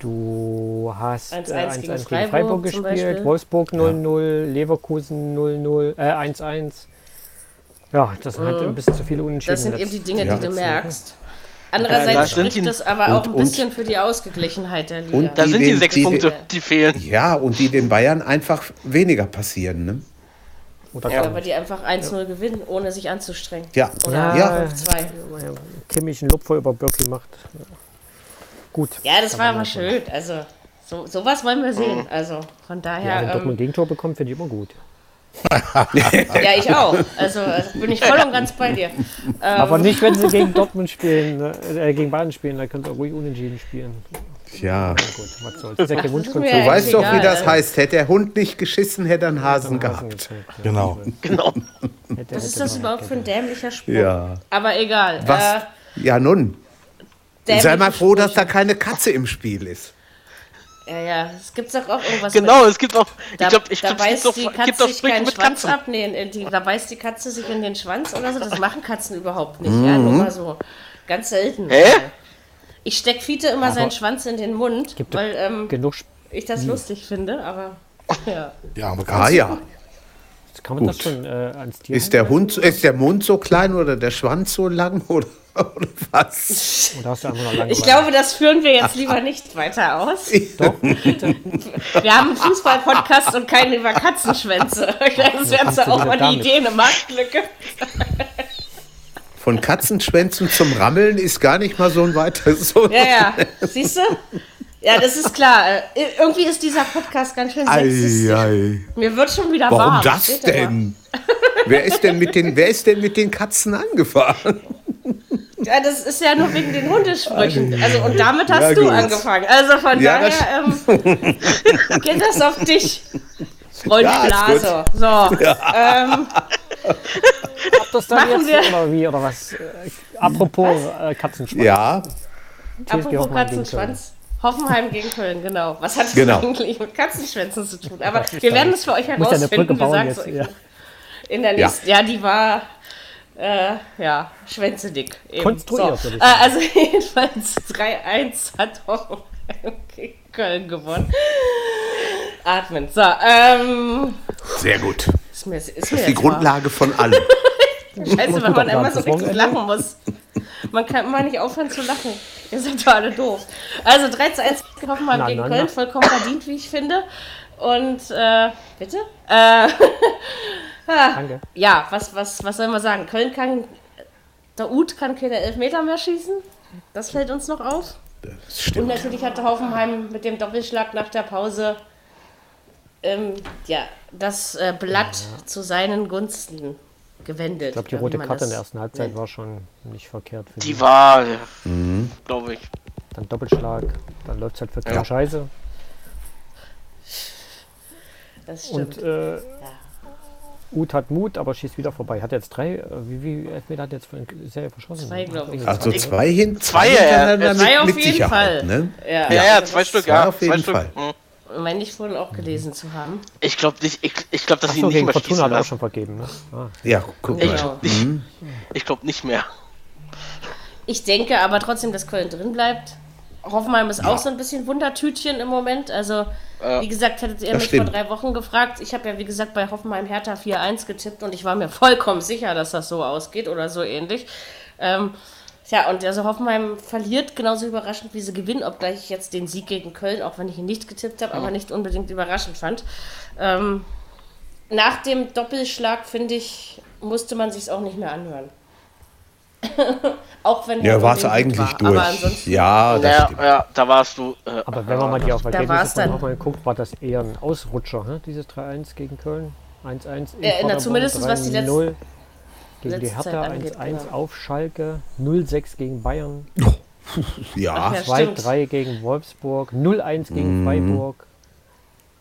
S6: Du hast äh,
S2: 1-1 gegen
S6: 1-1 gegen
S2: Freiburg
S6: Freiburg
S2: zum
S6: gespielt,
S2: Beispiel.
S6: Wolfsburg 0-0, Leverkusen 0-0, äh, 1-1. Ja, das sind halt ein bisschen zu viele Unentschieden.
S2: Mhm. Das sind eben die
S6: letzt-
S2: Dinge,
S5: Ja.
S2: die du
S6: letzten-
S2: merkst.
S4: Ja, da
S2: Andererseits
S4: sind
S2: spricht
S4: die-
S2: das aber auch
S5: und-
S2: ein
S5: und-
S2: bisschen für die Ausgeglichenheit der Liga.
S5: und
S4: Da
S5: Die
S4: sind die
S5: werden-
S4: sechs
S5: die-
S4: Punkte, die fehlen.
S5: Ja, und die den Bayern einfach weniger passieren. Ne?
S6: Oder
S2: ja,
S6: ja.
S2: aber die einfach 1-0 gewinnen, ohne sich anzustrengen.
S5: Ja.
S2: Oder
S5: Ja.
S2: 5-2.
S6: Kimmich einen Lupfer über Birki macht. Gut.
S2: Ja, das war immer schön. Also, so, sowas wollen wir sehen. Also, von
S6: Ja, ähm,
S2: daher.
S6: wenn
S2: Ja,
S6: Dortmund ein
S2: ähm,
S6: Gegentor bekommt, finde ich immer gut.
S2: ja ich auch. Also, also, bin ich voll und ganz bei dir.
S6: Aber nicht, wenn sie gegen Dortmund spielen, ne, äh, gegen Bayern spielen, da können sie auch ruhig unentschieden spielen.
S5: Tja.
S6: Na gut, was soll's. Das ist ja kein Wunschkonzert.
S2: mir
S5: Du weißt doch, wie
S2: Egal,
S5: das
S2: ey.
S5: heißt. Hätte der Hund nicht geschissen, hätte er einen Hasen
S6: Hasen
S5: gehabt.
S6: gezeigt, ja.
S3: Genau.
S4: Genau.
S6: Hätte,
S2: Was ist
S6: hätte
S2: das
S6: man
S2: überhaupt
S6: erkannt.
S2: für ein dämlicher Spruch?
S5: Ja.
S2: Aber egal. äh,
S5: Was? Ja, nun.
S2: dämliche
S5: Sei mal froh, dass
S2: Sprüche.
S5: da keine Katze im Spiel ist.
S2: Ja, ja. Es gibt doch auch irgendwas mit
S4: Genau, es gibt auch. Ich
S2: Da,
S4: glaube, ich
S2: da
S4: glaube, es
S2: beißt
S4: gibt auch,
S2: die
S4: es gibt
S2: Katze
S4: auch
S2: sich
S4: Sprüche
S2: keinen
S4: mit
S2: Schwanz
S4: Katzen.
S2: ab. Nee, in, in die, da beißt die Katze sich in den Schwanz oder so. Das machen Katzen überhaupt nicht. Ja, nur mal so. Ganz selten.
S4: Mhm. Hä?
S2: Ich steck Fiete immer seinen Schwanz in den Mund,
S6: Gibt doch Hm.
S2: weil ähm,
S6: genug Sp
S2: ich das lustig finde, aber ja.
S3: Ja, aber ganz
S5: Ah ja.
S6: Kann man das
S5: Gut.
S6: schon äh, ans Tier
S5: Ist der Hund, ist der Mund so klein oder der Schwanz so lang oder, oder was?
S6: hängen? Oder hast du einfach noch lange
S2: Ich glaube, das führen wir jetzt lieber nicht weiter aus.
S6: Doch, bitte.
S2: Wir haben einen Fußball-Podcast und keinen über Katzenschwänze. Das wäre
S6: kommst du
S2: auch
S6: wieder
S2: mal die
S6: damit?
S2: Idee, eine Marktlücke.
S5: Von Katzenschwänzen zum Rammeln ist gar nicht mal so ein weiter so.
S2: Ja, ja. Siehst du? Ja, das ist klar. Äh, Irgendwie ist dieser Podcast ganz schön sexistisch.
S5: Eieiei.
S2: Mir wird schon wieder warm.
S5: Warum das
S2: Seht ihr mal.
S5: denn? Wer ist denn mit den, wer ist denn mit den Katzen angefahren?
S2: Ja, das ist ja nur wegen den Hundesprüchen. Also, und damit hast
S5: Ja,
S2: du
S5: gut.
S2: angefangen. Also von
S5: Ja, das-
S2: daher ähm, geht das auf dich. Freund
S5: Ja, ist
S2: Blase. So. Ähm,
S6: Ob das dann
S2: Machen
S6: jetzt
S2: wir-
S6: oder wie oder was? Äh, apropos äh, Katzenschwanz.
S5: Ja,
S2: apropos
S6: Hoffenheim gegen
S2: Katzenschwanz. Hoffenheim gegen Köln, genau. Was hat das
S5: Genau.
S2: eigentlich mit Katzenschwänzen zu tun? Aber
S6: Ich
S2: wir
S6: da-
S2: werden es für euch
S6: Muss ja eine Brücke
S2: herausfinden. Wir
S6: bauen
S2: sagen
S6: jetzt.
S2: euch.
S6: Ja.
S2: In der
S5: Ja.
S2: nächsten. Ja, die war. Äh, ja, Schwänze dick. Eben.
S6: Konstruiert,
S2: So. Äh,
S6: würde ich sagen.
S2: also jedenfalls 3-1 hat Hoffenheim gegen Köln gewonnen. Atmen. So, ähm.
S5: sehr gut.
S2: Ist mir, ist mir
S5: Die
S2: jetzt
S5: Grundlage von allem.
S2: Mal. Scheiße, wenn
S6: Gut,
S2: man
S6: dann
S2: immer so
S6: war's.
S2: richtig lachen muss. Man kann immer nicht aufhören zu lachen. Ihr seid doch alle doof. Also 3 zu 1 Hoffenheim
S6: Nein,
S2: gegen
S6: nein,
S2: Köln,
S6: nein.
S2: vollkommen verdient, wie ich finde. Und, äh, bitte? Äh.
S6: Danke.
S2: ja, was, was, was soll man sagen? Köln kann, der Ut kann keine Elfmeter mehr schießen. Das fällt uns noch auf. Und
S5: Stimmt.
S2: natürlich hatte Hoffenheim mit dem Doppelschlag nach der Pause ähm, ja, das äh, Blatt zu seinen Gunsten gewendet.
S6: Ich glaube, die rote Karte in der ersten Halbzeit
S2: war.
S6: war schon nicht verkehrt. Für
S4: Die war, ja. glaube ich.
S6: Dann Doppelschlag, dann läuft es halt für Köln
S5: Ja.
S6: scheiße.
S2: Das stimmt.
S6: Und äh, Uth hat Mut, aber schießt wieder vorbei. Hat jetzt drei, äh, wie, wie Elfmeter hat jetzt von Serie verschossen?
S2: Zwei, glaub ich.
S5: Also zwei hin,
S4: Zwei, ja,
S5: hintereinander
S4: ja,
S5: mit,
S2: zwei auf
S5: mit
S2: jeden
S5: Sicherheit.
S2: Fall.
S5: Ne?
S2: ja,
S4: Ja, ja,
S2: also
S4: zwei
S2: das
S4: Stück,
S5: zwei
S4: ja.
S5: auf jeden
S4: zwei
S5: Fall.
S4: Stück. Mhm.
S2: Meine ich vorhin auch
S5: Mhm.
S2: gelesen zu haben.
S4: Ich glaube nicht, ich, ich glaube, dass sie ihn
S6: Achso,
S4: nicht
S6: gegen
S4: mehr
S6: Fortuna
S4: schießen
S6: hat er auch
S4: lassen.
S6: schon vergeben. Ne? Ah,
S5: Ja, guck mal.
S2: Genau.
S4: Ich, ich glaube nicht mehr.
S2: Ich denke aber trotzdem, dass Köln drin bleibt. Hoffenheim ist auch so ein bisschen Wundertütchen im Moment. Also, wie gesagt, hättet ihr
S5: das
S2: mich
S5: stimmt.
S2: vor drei Wochen gefragt. Ich habe ja, wie gesagt, bei Hoffenheim Hertha 4-1 getippt und ich war mir vollkommen sicher, dass das so ausgeht oder so ähnlich. Ähm, ja, und also Hoffenheim verliert genauso überraschend, wie sie gewinnen, obgleich ich jetzt den Sieg gegen Köln, auch wenn ich ihn nicht getippt habe, aber nicht unbedingt überraschend fand. Ähm, nach dem Doppelschlag, finde ich, musste man sich auch nicht mehr anhören. Auch wenn
S5: Ja,
S2: Hertha
S5: warst du
S2: Berlin
S5: eigentlich
S2: gut war.
S5: durch.
S2: Aber ansonsten,
S5: Ja, Ah, das
S4: Ja,
S5: stimmt.
S4: ja, da warst du. Äh,
S6: Aber wenn man mal die auf
S2: Da war's
S6: Ergebnisse
S2: dann.
S6: von auch mal guckt, war das eher ein Ausrutscher, ne? dieses 3-1 gegen Köln. 1-1 in
S2: Ja, na,
S6: Paderborn,
S2: zumindest was die
S6: 3-0 gegen die
S2: letzte Zeit
S6: Hertha,
S2: angeht, genau.
S6: 1-1
S2: ja.
S6: auf Schalke, 0-6 gegen Bayern,
S5: Ja.
S2: Ach ja, stimmt.
S6: 2-3 gegen Wolfsburg, 0-1 gegen Freiburg.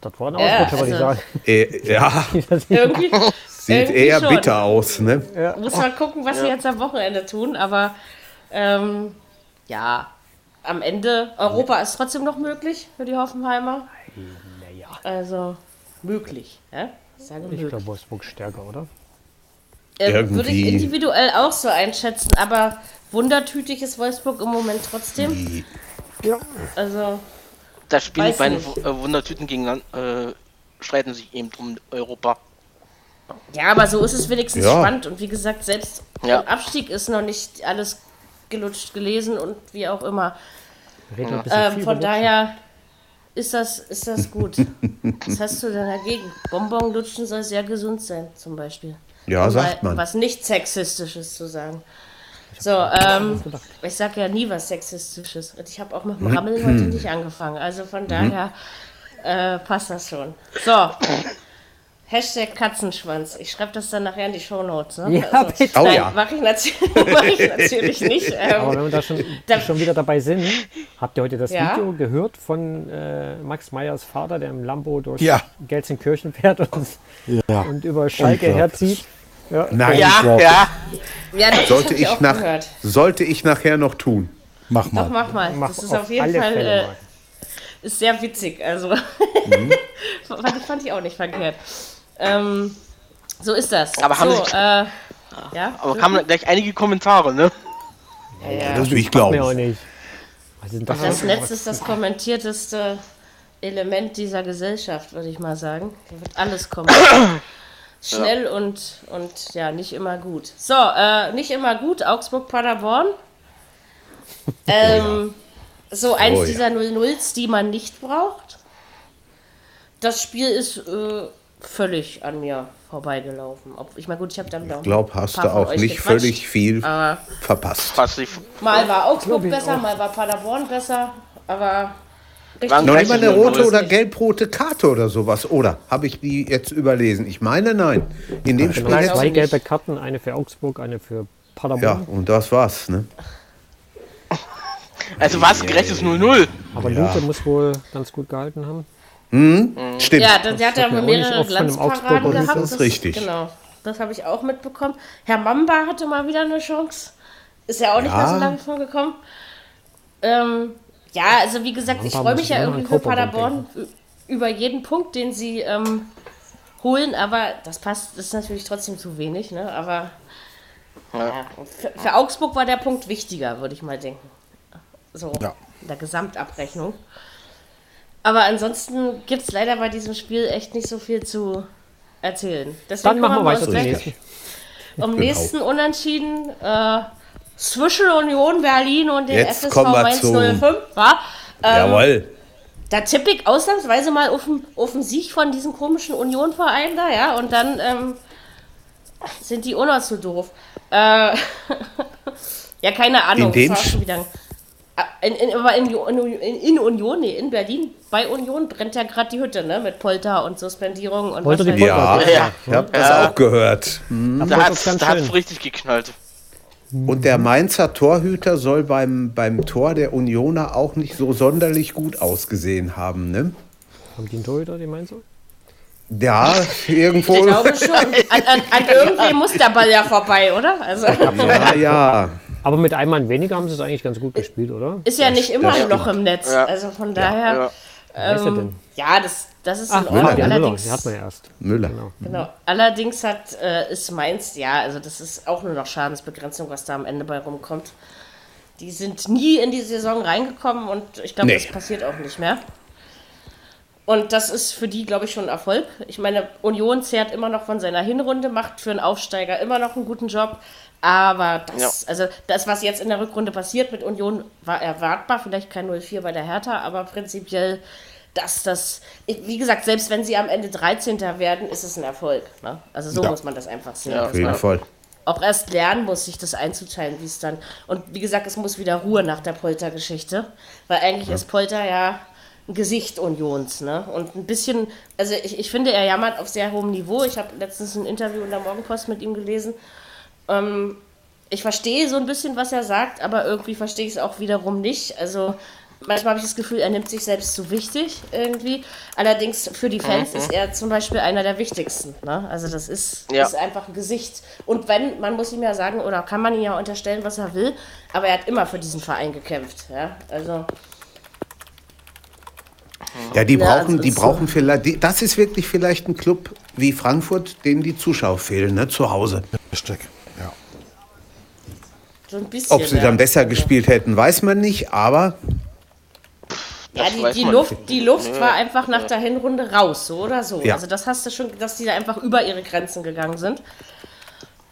S6: Das war ein
S2: Ja,
S6: Ausrutscher, würde
S2: also-
S5: Äh, ja,
S6: ich sagen.
S2: irgendwie
S5: sieht
S2: Irgendwie
S5: eher
S2: schon.
S5: bitter aus, ne?
S2: muss man gucken, was sie jetzt am Wochenende tun. Aber ähm, ja, am Ende, Europa ist trotzdem noch möglich für die Hoffenheimer. Also möglich. Ja? Ich Sage
S6: Ich
S2: möglich.
S6: glaube, Wolfsburg stärker, oder?
S2: Äh, Würde ich
S5: irgendwie-
S2: individuell auch so einschätzen, aber wundertütig ist Wolfsburg im Moment trotzdem. Also,
S4: da spielen
S2: Weiß
S4: die beiden
S2: nicht.
S4: W- äh, Wundertüten gegeneinander, äh, streiten sich eben um Europa.
S2: ja, aber so ist es wenigstens
S5: Ja.
S2: spannend. Und wie gesagt, selbst
S4: Ja.
S2: im Abstieg ist noch nicht alles gelutscht gelesen und wie auch immer.
S6: Redet ein bisschen
S2: Ähm,
S6: viel
S2: von
S6: über
S2: daher ist das, ist das gut. Was hast du denn dagegen? Bonbon lutschen soll sehr gesund sein, zum Beispiel.
S5: Ja,
S2: Um
S5: sagt
S2: mal
S5: man.
S2: Was nicht Sexistisches zu sagen. So, ähm, ich sage ja nie was Sexistisches. Und ich habe auch mit dem
S5: Mhm.
S2: Rammel heute nicht angefangen. Also von daher äh, passt das schon. So. Hashtag Katzenschwanz. Ich schreibe das dann nachher in die Shownotes. Ne?
S6: Ja, bitte.
S5: Oh
S2: nein,
S5: ja.
S2: mache ich, natu- mach ich natürlich nicht. Ähm,
S6: Aber wenn wir da schon,
S2: Da-
S6: schon wieder dabei sind, habt ihr heute das
S2: Ja.
S6: Video gehört von äh, Max Meyers Vater, der im Lambo durch
S3: Ja.
S6: Gelsenkirchen fährt und,
S3: Ja.
S6: und über Schalke herzieht? Ja,
S5: Nein,
S4: Ja, ja.
S2: ja, das
S5: sollte,
S2: hab
S5: ich
S2: auch
S5: nach,
S2: gehört.
S5: sollte ich nachher noch tun.
S3: Mach
S2: Doch,
S3: mal.
S2: mach mal.
S6: mach
S2: das ist auf jeden
S6: alle
S2: Fall
S6: Fälle
S2: äh,
S6: mal.
S2: ist sehr witzig. Also fand, ich- fand ich auch nicht verkehrt. Ähm, so ist das.
S4: Aber haben
S2: so,
S4: sich-
S2: äh, ja,
S4: Aber kamen gleich einige Kommentare, ne?
S5: Das will ich
S6: Mir auch
S5: glauben.
S6: nicht. Was ist denn das?
S2: das Netz ist das kommentierteste Element dieser Gesellschaft, würde ich mal sagen. Da wird alles kommen. Schnell und, und ja, nicht immer gut. So, äh, nicht immer gut, Augsburg-Paderborn. Ähm, So eins
S5: Oh ja.
S2: dieser 0-0s, die man nicht braucht. Das Spiel ist äh, völlig an mir vorbeigelaufen. Ob, ich meine, gut, ich habe damit auch.
S5: Ich glaube, hast
S2: paar
S5: du
S2: von
S5: auch
S2: euch
S5: nicht
S2: gequatscht.
S5: völlig viel
S2: Aber
S5: verpasst.
S4: Fast die
S2: mal war Augsburg
S6: ich
S2: besser,
S6: auch.
S2: mal war Paderborn besser, aber richtig
S4: Waren
S5: Noch
S4: Weiß
S5: nicht mal
S4: ich
S5: eine
S4: nicht,
S5: rote
S4: weiß
S5: oder
S2: nicht.
S5: gelb-rote Karte oder sowas, oder? Habe ich die jetzt überlesen? Ich meine, nein. In dem Spiel
S6: Genau,
S5: jetzt.
S6: zwei
S2: nicht.
S6: gelbe Karten, eine für Augsburg, eine für
S5: Ja,
S6: Paderborn.
S5: und das war's, ne?
S4: Also war es ein gerechtes 0-0.
S6: Aber Lute muss wohl ganz gut gehalten haben.
S5: Stimmt.
S2: Ja, da, der hat ja
S6: ja auch nicht
S2: mehrere
S6: oft von einem
S2: Glanzparaden
S6: Augsburger
S2: gehabt.
S5: Das ist richtig.
S2: Genau, das habe ich auch mitbekommen. Herr Mamba hatte mal wieder eine Chance. Ist ja auch nicht mehr so
S5: Ja.
S2: lange vorgekommen. Ähm, ja, also wie gesagt, ich
S6: Mamba
S2: freue
S6: muss
S2: mich
S6: ich
S2: ja
S6: immer an
S2: irgendwie für
S6: Kopperbund
S2: Paderborn ü- über jeden Punkt, den sie ähm, holen, aber das passt, ist natürlich trotzdem zu wenig, ne? Aber ja, für, für Augsburg war der Punkt wichtiger, würde ich mal denken. So,
S3: Ja.
S2: in der Gesamtabrechnung. Aber ansonsten gibt es leider bei diesem Spiel echt nicht so viel zu erzählen. Deswegen
S6: Dann machen wir
S2: kümmern
S6: weiter
S2: uns
S6: zum
S2: gleich
S6: nächsten.
S2: Um
S5: Genau.
S2: nächsten Unentschieden äh, zwischen Union Berlin und den
S5: Jetzt
S2: FSV
S5: kommen wir
S2: Mainz
S5: zu-
S2: 05. Wa? Ähm,
S5: Jawohl.
S2: da tippe ich ausnahmsweise mal auf den, auf den Sieg von diesem komischen Union-Verein da, ja, und dann ähm, sind die auch noch so doof. Äh, ja, keine Ahnung,
S5: In dem
S2: das war auch
S5: Sch-
S2: schon wieder. Ah, In, in, aber in, in, in Union, nee, in Berlin, bei Union brennt ja gerade die Hütte, ne, mit Polter und Suspendierung und
S6: Polter
S2: was
S6: die
S2: weiß ich.
S4: Ja, ja.
S5: Ja, ich habe das auch gehört.
S4: Da
S6: Das
S4: hat
S6: ist
S4: es
S6: ganz schön.
S4: richtig geknallt.
S5: Und der Mainzer Torhüter soll beim, beim Tor der Unioner auch nicht so sonderlich gut ausgesehen haben, ne?
S6: Haben die einen Torhüter, die meinst du?
S5: Ja, irgendwo.
S2: Ich glaube schon. An, an, an irgendwem muss der Ball ja vorbei, oder? Also.
S5: Ja, ja.
S6: Aber mit einem Mann weniger haben sie es eigentlich ganz gut gespielt, oder?
S2: Ist ja nicht immer ein
S5: stimmt.
S2: Loch im Netz.
S4: Ja.
S2: Also von daher.
S4: ja.
S6: Wer ist er denn?
S2: Ja, das, das ist in
S6: Müller,
S2: Ordnung.
S6: der Müller,
S2: Ähm, Allerdings,
S6: den hat man ja erst.
S5: Müller.
S2: genau, allerdings hat, äh, ist Mainz, ja, also das ist auch nur noch Schadensbegrenzung, was da am Ende bei rumkommt. Die sind nie in die Saison reingekommen und ich glaube,
S5: Nee.
S2: das passiert auch nicht mehr. Und das ist für die, glaube ich, schon ein Erfolg. Ich meine, Union zehrt immer noch von seiner Hinrunde, macht für einen Aufsteiger immer noch einen guten Job. Aber das, also das, was jetzt in der Rückrunde passiert mit Union, war erwartbar. Vielleicht kein 0-4 bei der Hertha, aber prinzipiell, dass das, wie gesagt, selbst wenn sie am Ende 13. werden, ist es ein Erfolg. Ne? Also so
S5: Ja.
S2: muss man das einfach sehen.
S4: Ja,
S2: dass
S5: Auf jeden
S2: man
S5: Fall.
S2: auch erst lernen muss, sich das einzuteilen, wie es dann. Und wie gesagt, es muss wieder Ruhe nach der Polter-Geschichte, weil eigentlich ist Polter ja ein Gesicht Unions, ne? Und ein bisschen, also ich, ich finde, er jammert auf sehr hohem Niveau. Ich habe letztens ein Interview in der Morgenpost mit ihm gelesen. Ähm, ich verstehe so ein bisschen, was er sagt, aber irgendwie verstehe ich es auch wiederum nicht. Also manchmal habe ich das Gefühl, er nimmt sich selbst zu wichtig irgendwie. Allerdings für die Fans ist er zum Beispiel einer der wichtigsten. Ne? Also das ist,
S4: Ja.
S2: ist einfach ein Gesicht. Und wenn, man muss ihm ja sagen, oder kann man ihm ja unterstellen, was er will, aber er hat immer für diesen Verein gekämpft. Ja? Also
S5: Ja, die
S2: Ja,
S5: brauchen,
S2: das
S5: die
S2: ist so.
S5: brauchen vielleicht, die, das ist wirklich vielleicht ein Club wie Frankfurt, dem die Zuschauer fehlen, ne, zu Hause.
S3: Versteck. Ja.
S2: so ein bisschen.
S5: Ob sie
S2: ja.
S5: dann besser gespielt hätten, weiß man nicht, aber
S2: Ja,
S4: Das
S2: die,
S4: weiß
S2: die
S4: man
S2: Luft, die Luft war einfach nach der Hinrunde raus, so oder so.
S5: Ja.
S2: Also das hast du schon, dass die da einfach über ihre Grenzen gegangen sind.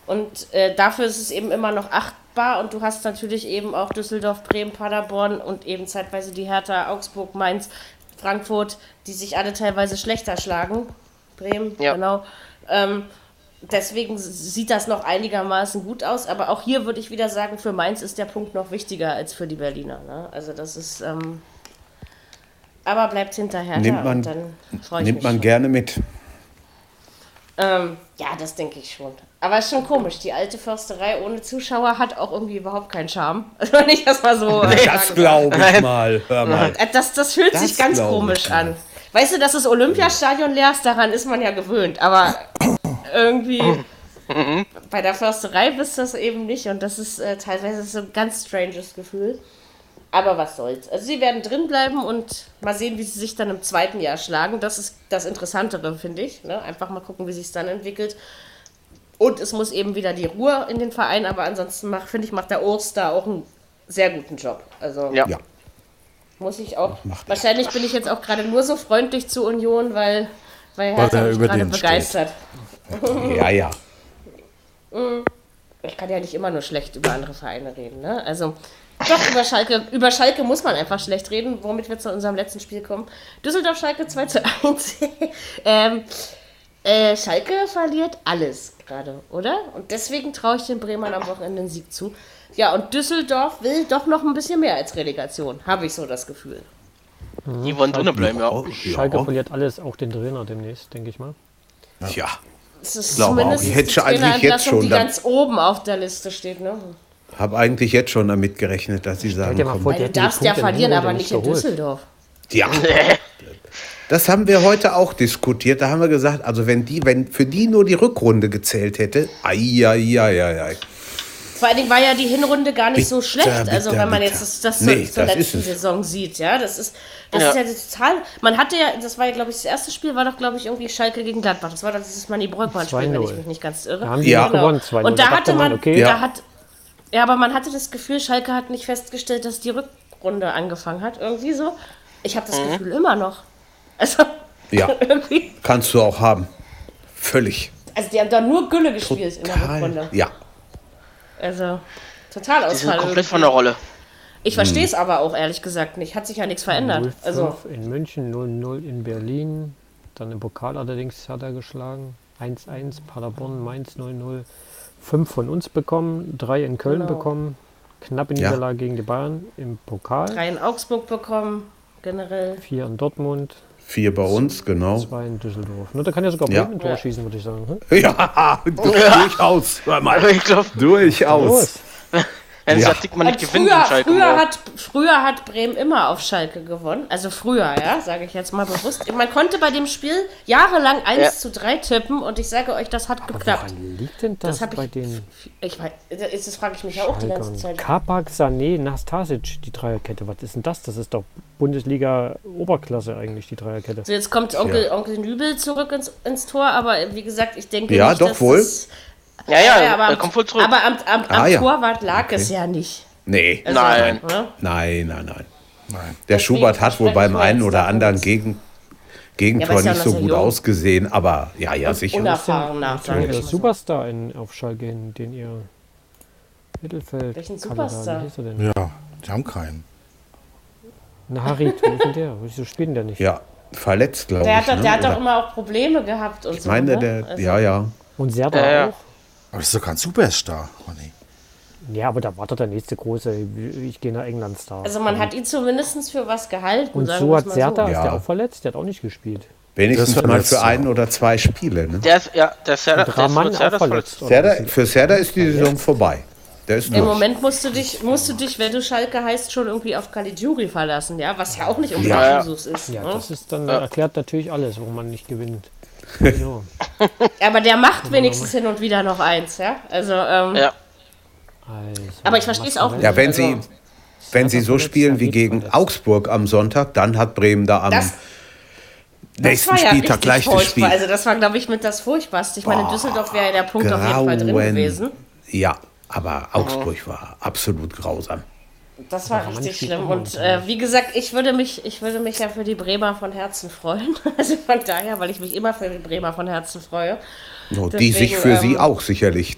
S2: Und äh, dafür ist es eben immer noch achtbar und du hast natürlich eben auch Düsseldorf, Bremen, Paderborn und eben zeitweise die Hertha, Augsburg, Mainz, Frankfurt, die sich alle teilweise schlechter schlagen. Bremen,
S4: Ja.
S2: genau. Ähm, deswegen sieht das noch einigermaßen gut aus, aber auch hier würde ich wieder sagen, für Mainz ist der Punkt noch wichtiger als für die Berliner. Ne? Also das ist, ähm, aber bleibt hinterher.
S5: Nimmt
S2: ja,
S5: man-
S2: und dann freue ich
S5: nimmt
S2: mich
S5: man
S2: schon.
S5: gerne mit.
S2: Ähm, ja, das denke ich schon. Aber ist schon komisch. Die alte Försterei ohne Zuschauer hat auch irgendwie überhaupt keinen Charme. Wenn ich das mal so. äh, sagen darf.
S5: glaube ich mal. Hör mal.
S2: Äh, Das, das fühlt
S5: Das
S2: sich ganz
S5: glaub ich
S2: komisch
S5: nicht.
S2: an. Weißt du, dass das Olympiastadion leer ist, daran ist man ja gewöhnt. Aber irgendwie bei der Försterei bist du das eben nicht. Und das ist äh, teilweise so ein ganz stranges Gefühl. Aber was soll's. Also sie werden drin bleiben und mal sehen, wie sie sich dann im zweiten Jahr schlagen. Das ist das Interessantere, finde ich. Ne? Einfach mal gucken, wie sich dann entwickelt. Und es muss eben wieder die Ruhe in den Verein, aber ansonsten mach- finde ich, macht der Urs da auch einen sehr guten Job. Also
S4: Ja.
S5: Ja.
S2: muss ich auch.
S5: macht er.
S2: Wahrscheinlich bin ich jetzt auch gerade nur so freundlich zu Union, weil, weil
S3: Weil
S2: Hertha
S3: er
S2: mich
S3: über
S2: gerade
S3: den
S2: begeistert.
S5: ja, ja.
S2: Ich kann ja nicht immer nur schlecht über andere Vereine reden, ne? Also doch, über Schalke, über Schalke muss man einfach schlecht reden, womit wir zu unserem letzten Spiel kommen. Düsseldorf Schalke 2 zu 1. ähm, äh, Schalke verliert alles gerade, oder? Und deswegen traue ich den Bremern am Wochenende einen Sieg zu. Ja, und Düsseldorf will doch noch ein bisschen mehr als Relegation, habe ich so das Gefühl.
S4: Die wollen drinnen bleiben, ja.
S5: Oh,
S6: Schalke
S5: ja.
S6: verliert alles, auch den Trainer demnächst, denke ich mal.
S5: Tja.
S2: Es ist
S5: glaube auch,
S2: zumindest
S5: die hätte
S2: die
S5: schon eigentlich jetzt
S2: Trainerentlassung,
S5: schon
S2: die
S5: da-
S2: ganz oben auf der Liste steht. Ne?
S5: Habe eigentlich jetzt schon damit gerechnet, dass sie sagen,
S6: dir mal
S5: komm.
S6: vor,
S2: Weil du
S6: hätten die
S2: darfst ja
S6: Punkte ne? in
S2: verlieren,
S6: Hinrunde
S2: aber nicht in
S6: geholt.
S2: Düsseldorf.
S5: Ja. Das haben wir heute auch diskutiert. Da haben wir gesagt, also wenn die, wenn für die nur die Rückrunde gezählt hätte, ai, ai, ai, ai, ai.
S2: Vor allen Dingen war ja die Hinrunde gar nicht so
S5: Bitter,
S2: schlecht. also
S5: bitter,
S2: wenn man
S5: bitter.
S2: jetzt das, das
S5: Nee,
S2: zur, zur
S5: das ist
S2: letzten
S5: es.
S2: Saison sieht, ja, das ist das
S4: Ja.
S2: ist ja total. Man hatte ja, das war ja, glaube ich, das erste Spiel war doch, glaube ich, irgendwie Schalke gegen Gladbach. Das war doch dieses Manni Breukmann-Spiel, wenn ich
S6: 2-0.
S2: mich nicht ganz irre.
S6: Da haben die
S5: Ja.
S6: noch gewonnen, 2-0.
S2: Und da
S6: dachte
S2: hatte man,
S6: okay,
S2: da
S5: Ja.
S2: hat, ja, aber man hatte das Gefühl, Schalke hat nicht festgestellt, dass die Rückrunde angefangen hat. Irgendwie so. Ich habe das
S4: Mhm.
S2: Gefühl immer noch. Also
S5: Ja.
S2: irgendwie.
S5: Kannst du auch haben. Völlig.
S2: Also die haben da nur Gülle gespielt in der
S5: Total.
S2: Rückrunde.
S5: Ja.
S2: Also total
S4: Die sind
S2: Ausfall.
S4: komplett von der Rolle.
S5: Hm.
S2: Ich verstehe es aber auch ehrlich gesagt nicht. Hat sich ja nichts verändert.
S6: 0-5
S2: Also
S6: in München, 0-0 in Berlin. Dann im Pokal allerdings hat er geschlagen. 1-1, Paderborn, Mainz 0-0. Fünf von uns bekommen, drei in Köln
S2: Genau.
S6: bekommen. Knappe
S5: Ja.
S6: Niederlage gegen die Bayern im Pokal.
S2: drei in Augsburg bekommen, generell.
S6: Vier in Dortmund,
S5: Vier bei uns, genau.
S6: zwei in Düsseldorf. Ne, da kann ja sogar
S5: Ja.
S6: Bremen ein Tor
S2: Ja.
S6: schießen, würde ich sagen. Hm?
S5: Ja, durchaus. Hör
S4: Aber
S5: mal.
S4: ich glaube,
S5: Durchaus.
S6: Los.
S4: wenn
S5: Ja.
S4: ja. kriegt man ne? nicht
S2: Und
S4: gewinnen
S2: früher,
S4: in Schalke.
S2: früher,
S4: morgen.
S2: hat, früher hat Bremen immer auf Schalke gewonnen. Also früher, ja, sage ich jetzt mal bewusst. Man konnte bei dem Spiel jahrelang 1
S4: Ja.
S2: zu 3 tippen und ich sage euch, das hat geklappt.
S6: Woran liegt denn das,
S2: Das habe
S6: bei
S2: ich.
S6: den
S2: ich weiß, das das frage ich mich ja auch die ganze
S6: Schalkern?
S2: Zeit.
S6: Kabak, Sané, Nastasic, die Dreierkette. Was ist denn das? Das ist doch Bundesliga-Oberklasse eigentlich, die Dreierkette.
S2: So, jetzt kommt Onkel, Onkel Nübel zurück ins, ins Tor, aber wie gesagt, ich denke
S5: Ja,
S2: nicht,
S5: doch
S2: dass
S5: wohl.
S2: das-
S4: Ja, ja,
S2: Ja, aber
S4: er
S2: am,
S4: kommt wohl zurück.
S2: Aber am, am, am
S5: Ah, ja.
S2: Torwart lag es ja nicht.
S5: Nee,
S2: Also,
S4: Nein.
S2: Ne?
S5: nein, nein, nein. Der Schubert hat
S2: spreche
S5: wohl
S2: ich
S5: beim
S2: mir
S5: einen
S2: jetzt
S5: oder
S2: davon
S5: anderen
S2: aus.
S5: Gegen,
S2: Ja,
S5: Gegentor
S2: aber ist ja
S5: nicht
S2: noch
S5: so
S2: sehr
S5: gut
S2: jung.
S5: ausgesehen, aber ja, ja, sicher.
S2: Unerfahren nach, sage
S6: Der
S2: ich mal.
S6: Superstar in, auf Schalke, hin, den ihr Mittelfeld.
S2: Welchen
S6: Kandidaten,
S2: Superstar?
S6: Wie hieß er denn?
S3: ja, die haben keinen.
S6: Na, Harit, wo ist denn der? Wieso spielt denn der nicht?
S5: Ja, verletzt, glaube
S2: Der hat,
S5: ich.
S2: doch,
S5: ne?
S2: der hat doch
S5: Oder-
S2: immer auch Probleme gehabt und ne?
S5: Ich meine,
S2: so. ne?
S5: der,
S2: Also,
S5: ja, ja.
S6: Und Serda
S4: Ja, ja.
S6: auch?
S3: Aber das ist doch kein Superstar, Ronny.
S6: Ja, aber da war doch der nächste große, ich gehe nach England Star.
S2: Also man hat ihn zumindest für was gehalten.
S6: und
S2: sagen
S6: so
S2: wir's
S6: hat
S2: mal
S6: Serta, ist
S3: Ja.
S6: der auch verletzt, der hat auch nicht gespielt.
S5: Wenigstens
S3: Das war
S5: mal
S3: letztes
S5: für ein oder zwei Spiele. Ne?
S4: Der ist, ja, der ist ja, der
S6: Und Raman
S4: ist ja
S6: auch
S4: das
S6: verletzt. oder?
S5: Serda, für Serda ist die Saison vorbei. Der ist
S2: Im
S5: durch.
S2: Moment musst du dich, musst du dich, wenn du Schalke heißt, schon irgendwie auf Caligiuri verlassen, ja, was ja auch nicht unbedingt
S4: Ja.
S2: Jesus ist.
S6: Ja,
S2: ne?
S6: das ist dann erklärt natürlich alles, warum man nicht gewinnt. So.
S2: Aber der macht wenigstens hin und wieder noch eins, ja. Also, ähm,
S4: Ja.
S6: Also,
S2: Aber ich versteh's auch
S6: Massenwelt.
S2: nicht.
S5: Ja, wenn
S2: Also,
S5: sie, wenn sie so
S6: verletzt,
S5: spielen
S6: da
S5: wie
S6: geht
S5: gegen
S6: alles.
S5: Augsburg am Sonntag, dann hat Bremen da am
S2: Das- das
S5: nächsten
S2: war ja
S5: Spieltag
S2: richtig
S5: gleich das
S2: furchtbar.
S5: Spiel.
S2: Also das war, glaube ich, mit das Furchtbarste. Ich meine, in Düsseldorf wäre der Punkt auf jeden Fall drin
S5: Grauen.
S2: gewesen.
S5: Ja, aber Augsburg war absolut grausam.
S2: Das war
S6: man
S2: richtig
S6: spielt
S2: schlimm.
S6: immer
S2: Und
S6: noch
S2: äh, wie gesagt, ich würde, mich, ich würde mich ja für die Bremer von Herzen freuen. Also von daher, weil ich mich immer für die Bremer von Herzen freue.
S5: So, die sich
S2: Deswegen,
S5: für sie
S2: ähm,
S5: auch sicherlich,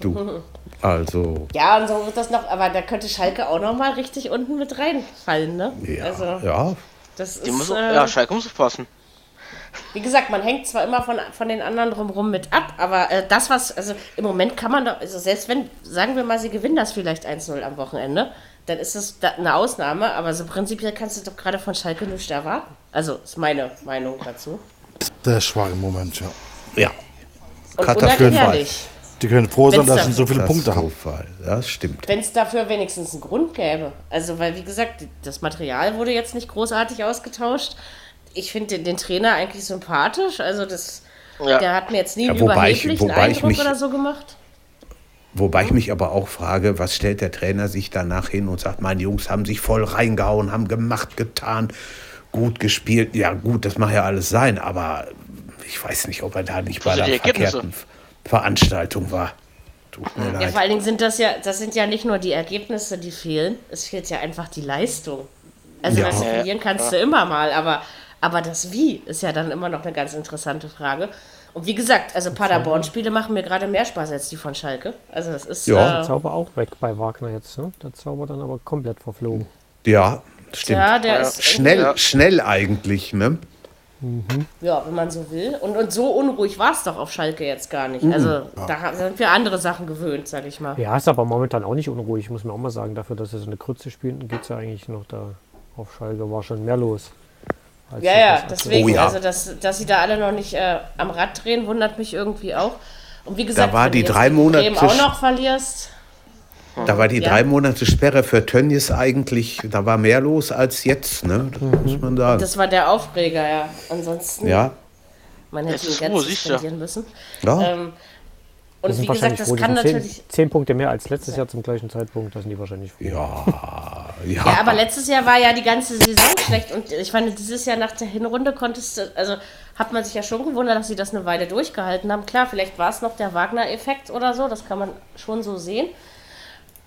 S5: du. Also,
S2: Ja, und so wird das noch, aber da könnte Schalke auch noch mal richtig unten mit reinfallen, ne?
S5: ja,
S2: also,
S5: ja.
S2: das ist,
S4: Die muss,
S2: äh,
S4: ja, Schalke muss passen.
S2: wie gesagt, man hängt zwar immer von, von den anderen drumherum mit ab, aber äh, das, was, also im Moment kann man doch, also selbst wenn, sagen wir mal, sie gewinnen das vielleicht 1-0 am Wochenende, dann ist das da eine Ausnahme, aber so prinzipiell kannst du doch gerade von Schalke nicht erwarten. Also, ist meine Meinung dazu.
S3: Der schwache Moment, ja.
S5: ja.
S2: Und
S5: Katastrophe.
S2: unerklärlich,
S3: Die können froh sein,
S2: Wenn's
S3: dass
S2: dann-
S3: sie so viele
S5: Das
S3: Punkte haben.
S5: Zufall, das stimmt.
S2: wenn es dafür wenigstens einen Grund gäbe. Also, weil, wie gesagt, das Material wurde jetzt nicht großartig ausgetauscht. Ich finde den, den Trainer eigentlich sympathisch. Also, das,
S4: Ja.
S2: der hat mir jetzt nie einen
S5: Ja, wobei ich-
S2: überheblichen
S5: wobei ich
S2: Eindruck
S5: mich-
S2: oder so gemacht.
S5: Wobei ich mich aber auch frage, was stellt der Trainer sich danach hin und sagt, meine Jungs haben sich voll reingehauen, haben gemacht, getan, gut gespielt. Ja gut, das mag ja alles sein, aber ich weiß nicht, ob er da nicht bei
S4: sind
S5: der
S4: die Ergebnisse?
S5: verkehrten Veranstaltung war. Tut mir
S2: Ja,
S5: leid.
S2: vor allen Dingen sind das ja, das sind ja nicht nur die Ergebnisse, die fehlen. Es fehlt ja einfach die Leistung. Also
S5: Ja.
S2: das Verlieren kannst du immer mal, aber, aber das Wie ist ja dann immer noch eine ganz interessante Frage. Und wie gesagt, also Paderborn-Spiele machen mir gerade mehr Spaß als die von Schalke. Also das ist
S5: Ja.
S2: äh,
S6: Zauber auch weg bei Wagner jetzt, ne? Der Zauber dann aber komplett verflogen.
S5: Ja, stimmt.
S2: ja, der ist irgendwie-
S5: Schnell, schnell eigentlich, ne?
S2: Ja, wenn man so will. Und, und so unruhig war es doch auf Schalke jetzt gar
S5: Mm.
S2: nicht. Also da ha- sind wir andere Sachen gewöhnt, sag ich mal.
S6: Ja, ist aber momentan auch nicht unruhig, muss man auch mal sagen. Dafür, dass sie so eine Krütze spielen, geht es ja eigentlich noch da auf Schalke, war schon mehr los. als
S2: Ja,
S6: das,
S2: ja,
S6: was aktuell-
S2: deswegen,
S5: Oh ja.
S2: also dass, dass sie da alle noch nicht äh, am Rad drehen, wundert mich irgendwie auch. Und wie gesagt,
S5: war
S2: wenn
S5: die
S2: du jetzt
S5: drei
S2: gegen
S5: Monate
S2: Bremen auch
S5: Sch-
S2: noch verlierst.
S5: Da war die
S2: Ja.
S5: drei Monate Sperre für Tönnies eigentlich, da war mehr los als jetzt, ne? Das muss man sagen.
S2: Das war der Aufreger, ja. Ansonsten,
S5: ja,
S2: man hätte
S4: Es
S2: ihn
S4: ist
S2: ganz
S4: Ruhe, siehst du.
S2: suspendieren müssen.
S5: ja.
S2: Ähm,
S6: Die
S2: und
S6: sind
S2: wie gesagt,
S6: wahrscheinlich
S2: das
S6: froh, die
S2: kann
S6: sind zehn,
S2: natürlich.
S6: zehn Punkte mehr als letztes Jahr zum gleichen Zeitpunkt, da sind die wahrscheinlich froh.
S5: Ja, ja.
S2: Ja, aber letztes Jahr war ja die ganze Saison schlecht und ich meine, dieses Jahr nach der Hinrunde konntest du, also hat man sich ja schon gewundert, dass sie das eine Weile durchgehalten haben. Klar, vielleicht war es noch der Wagner-Effekt oder so, das kann man schon so sehen.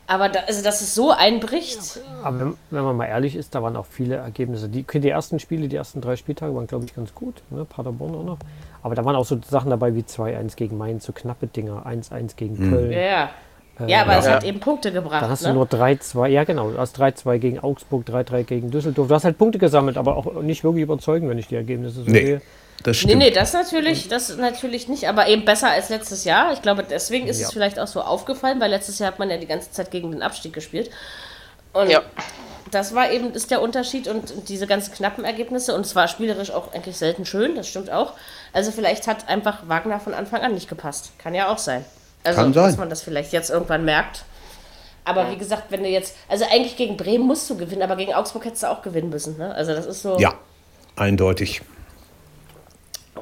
S2: Aber da, also, dass es so einbricht,
S6: Aber wenn, wenn man mal ehrlich ist, da waren auch viele Ergebnisse. Die, die ersten Spiele, die ersten drei Spieltage waren, glaube ich, ganz gut. Ne? Paderborn auch noch. Aber da waren auch so Sachen dabei wie 2-1 gegen Mainz, so knappe Dinger, 1-1 gegen
S5: Hm.
S6: Köln.
S2: ja, ja. Ja, aber es hat eben Punkte gebracht.
S6: Dann hast
S2: ne?
S6: du nur 3-2, ja genau, du hast 3-2 gegen Augsburg, 3-3 gegen Düsseldorf. Du hast halt Punkte gesammelt, aber auch nicht wirklich überzeugend, wenn ich die Ergebnisse so
S5: Nee,
S6: sehe.
S5: das
S2: Nee,
S5: stimmt.
S2: nee, das natürlich, das natürlich nicht, aber eben besser als letztes Jahr. Ich glaube, deswegen ist es vielleicht auch so aufgefallen, weil letztes Jahr hat man ja die ganze Zeit gegen den Abstieg gespielt. Und
S4: Ja.
S2: das war eben, ist der Unterschied und diese ganz knappen Ergebnisse und es war spielerisch auch eigentlich selten schön, das stimmt auch. Also vielleicht hat einfach Wagner von Anfang an nicht gepasst. Kann ja auch sein. Also,
S5: Kann sein.
S2: dass man das vielleicht jetzt irgendwann merkt. Aber wie gesagt, wenn du jetzt, also eigentlich gegen Bremen musst du gewinnen, aber gegen Augsburg hättest du auch gewinnen müssen. Ne? Also das ist so.
S5: Ja, eindeutig.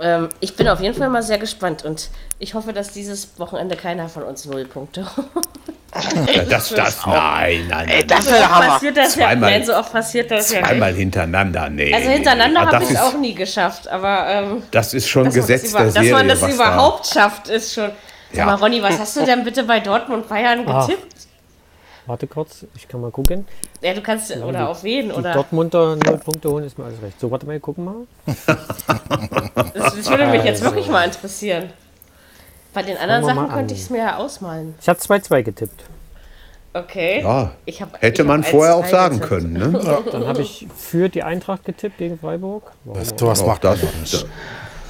S2: Ähm, ich bin auf jeden Fall mal sehr gespannt und ich hoffe, dass dieses Wochenende keiner von uns null Punkte.
S5: Ja, das, das, nein, nein,
S4: Ey,
S5: nein.
S4: das wäre der Hammer.
S2: passiert das ja.
S5: Zweimal.
S2: Nein, so oft passiert das ja nicht.
S5: Einmal hintereinander, nee.
S2: Also hintereinander
S5: Ah,
S2: habe
S5: das
S2: ich es
S5: ist-
S2: auch nie geschafft, aber ähm,
S5: Das ist schon
S2: dass, man das
S5: Gesetz
S2: über,
S5: der Serie.
S2: dass man das
S5: was da-
S2: überhaupt schafft, ist schon.
S5: Ja.
S2: Aber Ronny, was hast du denn bitte bei Dortmund Bayern
S6: Ah.
S2: getippt?
S6: Warte kurz, ich kann mal gucken.
S2: Ja, du kannst oder auf wen
S6: Die
S2: oder.
S6: Dortmunder 0 Punkte holen, ist mir alles recht. So, warte mal, wir gucken mal.
S2: Das, das würde mich jetzt
S6: Also.
S2: wirklich mal interessieren. Bei den anderen
S6: Fangen wir mal
S2: Sachen könnte
S6: an.
S2: ich es mir ja ausmalen.
S6: Ich habe 2-2 getippt.
S2: Okay.
S5: Ja,
S2: Ich hab- ich
S5: hätte
S2: hab
S5: man vorher auch
S2: 1-2
S5: sagen
S2: getippt.
S5: können, ne?
S6: Dann habe ich für die Eintracht getippt gegen Freiburg. Warum
S3: Das,
S6: auch?
S3: sowas
S5: Auch
S3: macht
S5: das,
S3: man doch nicht.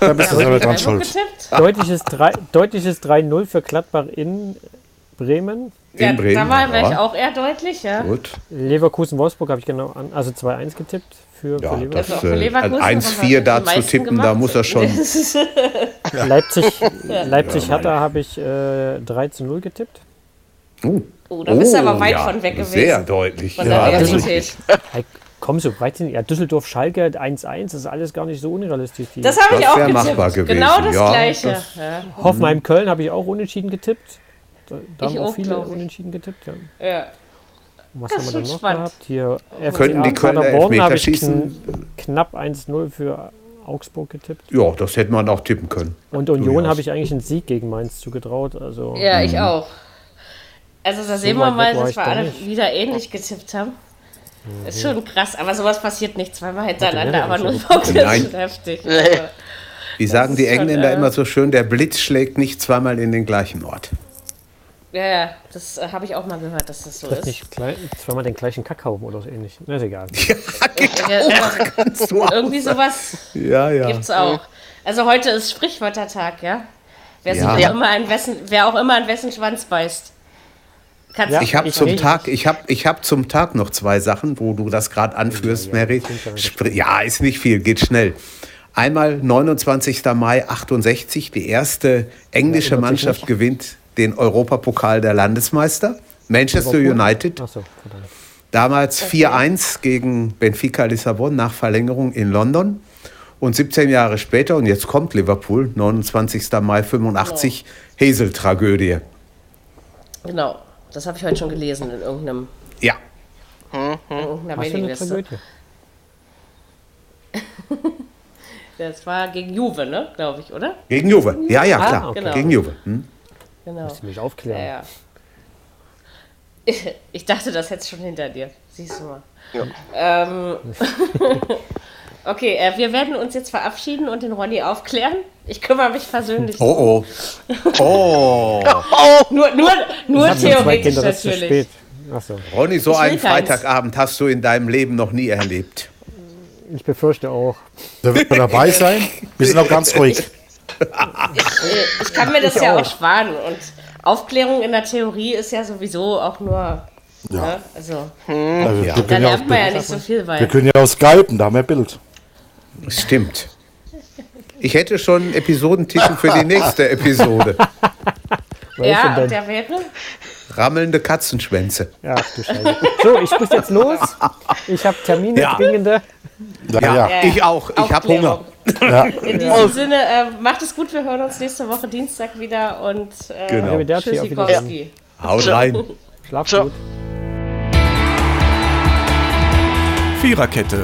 S3: Da bist du selber dran
S2: Freiburg
S3: schuld.
S2: getippt?
S6: Deutliches, drei- deutliches 3-0 für Gladbach in Bremen.
S2: Ja,
S5: In Bremen.
S2: da war
S5: ja.
S2: ich auch eher deutlich, ja.
S5: Gut.
S6: Leverkusen-Wolfsburg habe ich genau an, also 2-1 getippt für,
S5: Ja,
S6: für Leverkusen.
S5: das,
S2: Also auch für
S5: äh,
S2: Leverkusen haben wir
S5: 1-4 da
S2: die
S5: zu
S2: meisten
S5: tippen, da
S2: gemacht.
S5: muss er schon.
S6: Leipzig, Leipzig Hatter habe ich äh, 3 zu 0 getippt.
S5: Oh,
S2: Oh, da bist du aber weit
S5: ja,
S2: von weg gewesen.
S5: Sehr deutlich.
S2: Von der
S5: das ist
S2: Realität.
S6: Hey, komm, so weit sind ja Düsseldorf Schalke 1-1, das ist alles gar nicht so unrealistisch. Die-
S2: Das habe ich
S5: Das
S2: auch
S5: wär
S2: getippt.
S5: machbar gewesen,
S2: Genau das
S5: ja,
S2: gleiche.
S5: das-
S2: ja.
S6: Hoffenheim Köln habe ich auch unentschieden getippt. Da, da
S2: Ich
S6: haben auch
S2: auch,
S6: viele
S2: glaub ich.
S6: unentschieden getippt. Ja.
S2: Ja.
S6: Was
S2: Das
S6: haben wir
S2: ist
S6: dann
S2: schon
S6: noch
S2: spannend. Oh,
S6: gehabt? Hier FCA
S5: Könnten die Kölner
S6: Paderborn habe ich
S5: Elfmeterschießen-
S6: kn knapp 1-0 für Augsburg getippt.
S5: Ja, das hätte man auch tippen können.
S6: Und Union
S5: Durchaus.
S6: habe ich eigentlich einen Sieg gegen Mainz zugetraut. Also
S5: Mhm.
S2: ja, ich auch. Also da sehen wir
S6: weit
S2: mal,
S6: weg
S2: dass wir
S6: war ich da
S2: alle
S6: nicht. Mhm.
S2: wieder ähnlich getippt haben. Ist schon krass, aber sowas passiert nicht zweimal hintereinander, aber
S6: Warte, nein,
S2: nur
S6: nein,
S2: Punkte
S5: nein.
S2: ist schon heftig.
S4: Nee.
S5: Wie sagen die
S2: ist schon,
S5: Engländer
S2: äh,
S5: immer so schön, der Blitz schlägt nicht zweimal in den gleichen Ort.
S2: Ja, ja, das äh, habe ich auch mal gehört, dass das so
S6: das
S2: ist.
S6: nicht gleich, zweimal den gleichen Kackhaufen oder so ähnlich. Na, ist egal.
S2: Ja, ja, irgendwie sowas
S5: Ja, ja.
S2: gibt's auch. Also heute ist Sprichwörtertag, ja? Wer,
S5: Ja.
S2: Sich
S5: Ja.
S2: auch immer an wessen, wer auch immer an wessen Schwanz beißt. Kannst
S6: Ja.
S5: Ich habe
S6: Ich
S5: zum
S6: rede
S5: Tag, ich habe, ich habe zum Tag noch zwei Sachen, wo du das gerade anführst, Mary. Spr ja, ist nicht viel, geht schnell. Einmal 29. Mai 68, die erste englische Mannschaft gewinnt den Europapokal der Landesmeister. Manchester United,
S6: Achso, verdammt.
S5: damals 4-1 gegen Benfica Lissabon nach Verlängerung in London. Und 17 Jahre später, und jetzt kommt Liverpool, 29. Mai 85, Hesel-Tragödie.
S2: Genau, das habe ich heute schon gelesen in irgendeinem,
S5: Ja,
S2: irgendeiner
S6: Was für eine
S2: Mailingliste.
S6: Tragödie.
S2: Das war gegen Juve, ne? Glaube ich, oder?
S5: gegen Juve. Ja, ja, klar.
S6: okay.
S2: Genau.
S5: Gegen Juve. Hm?
S2: Genau.
S6: Musst du mich
S2: Ja,
S6: aufklären.
S2: ja. Ich dachte, das hättest du schon hinter dir. Siehst du mal. Ähm, okay, äh, wir werden uns jetzt verabschieden und den Ronny aufklären. Ich kümmere mich persönlich.
S5: Oh oh. Oh.
S2: Nur, nur, nur
S6: Ich hab nur zwei
S2: theoretisch
S6: Kinder, das ist zu
S2: natürlich.
S6: spät. Achso,
S5: Ronny, so
S2: Ich will
S5: einen
S2: keins.
S5: Freitagabend hast du in deinem Leben noch nie erlebt.
S6: ich befürchte auch.
S3: Da wird man dabei sein. Wir sind auch ganz ruhig.
S2: Ich, ich kann mir das
S6: Ich
S2: ja auch
S6: auch.
S2: sparen. Und Aufklärung in der Theorie ist ja sowieso auch nur. Ne?
S6: Genau,
S2: Also,
S3: Also, wir,
S2: da
S3: können ja
S2: lernt man ja
S3: auch,
S2: nicht so viel
S3: wir
S2: bei.
S3: können ja auch skypen, da haben wir Bild.
S5: Stimmt. Ich hätte schon einen Episodentitel für die nächste Episode.
S2: Ja,
S6: denn?
S2: und der wäre.
S5: Rammelnde Katzenschwänze.
S6: Ach du Scheiße. So, ich muss jetzt los. Ich habe Termine,
S5: Ja.
S6: dringende.
S3: Ja, ja.
S2: ja.
S5: ich auch. Ich habe
S2: Aufklärung.
S5: Hunger.
S2: In diesem Sinne, äh, macht es gut. Wir hören uns nächste Woche Dienstag wieder. Und äh,
S5: Genau.
S6: Arrivederci,
S2: tschüss,
S6: auf Wiedersehen.
S2: Sikorski.
S5: Haut rein.
S6: Schlaf
S4: Ciao.
S6: gut.
S1: Viererkette,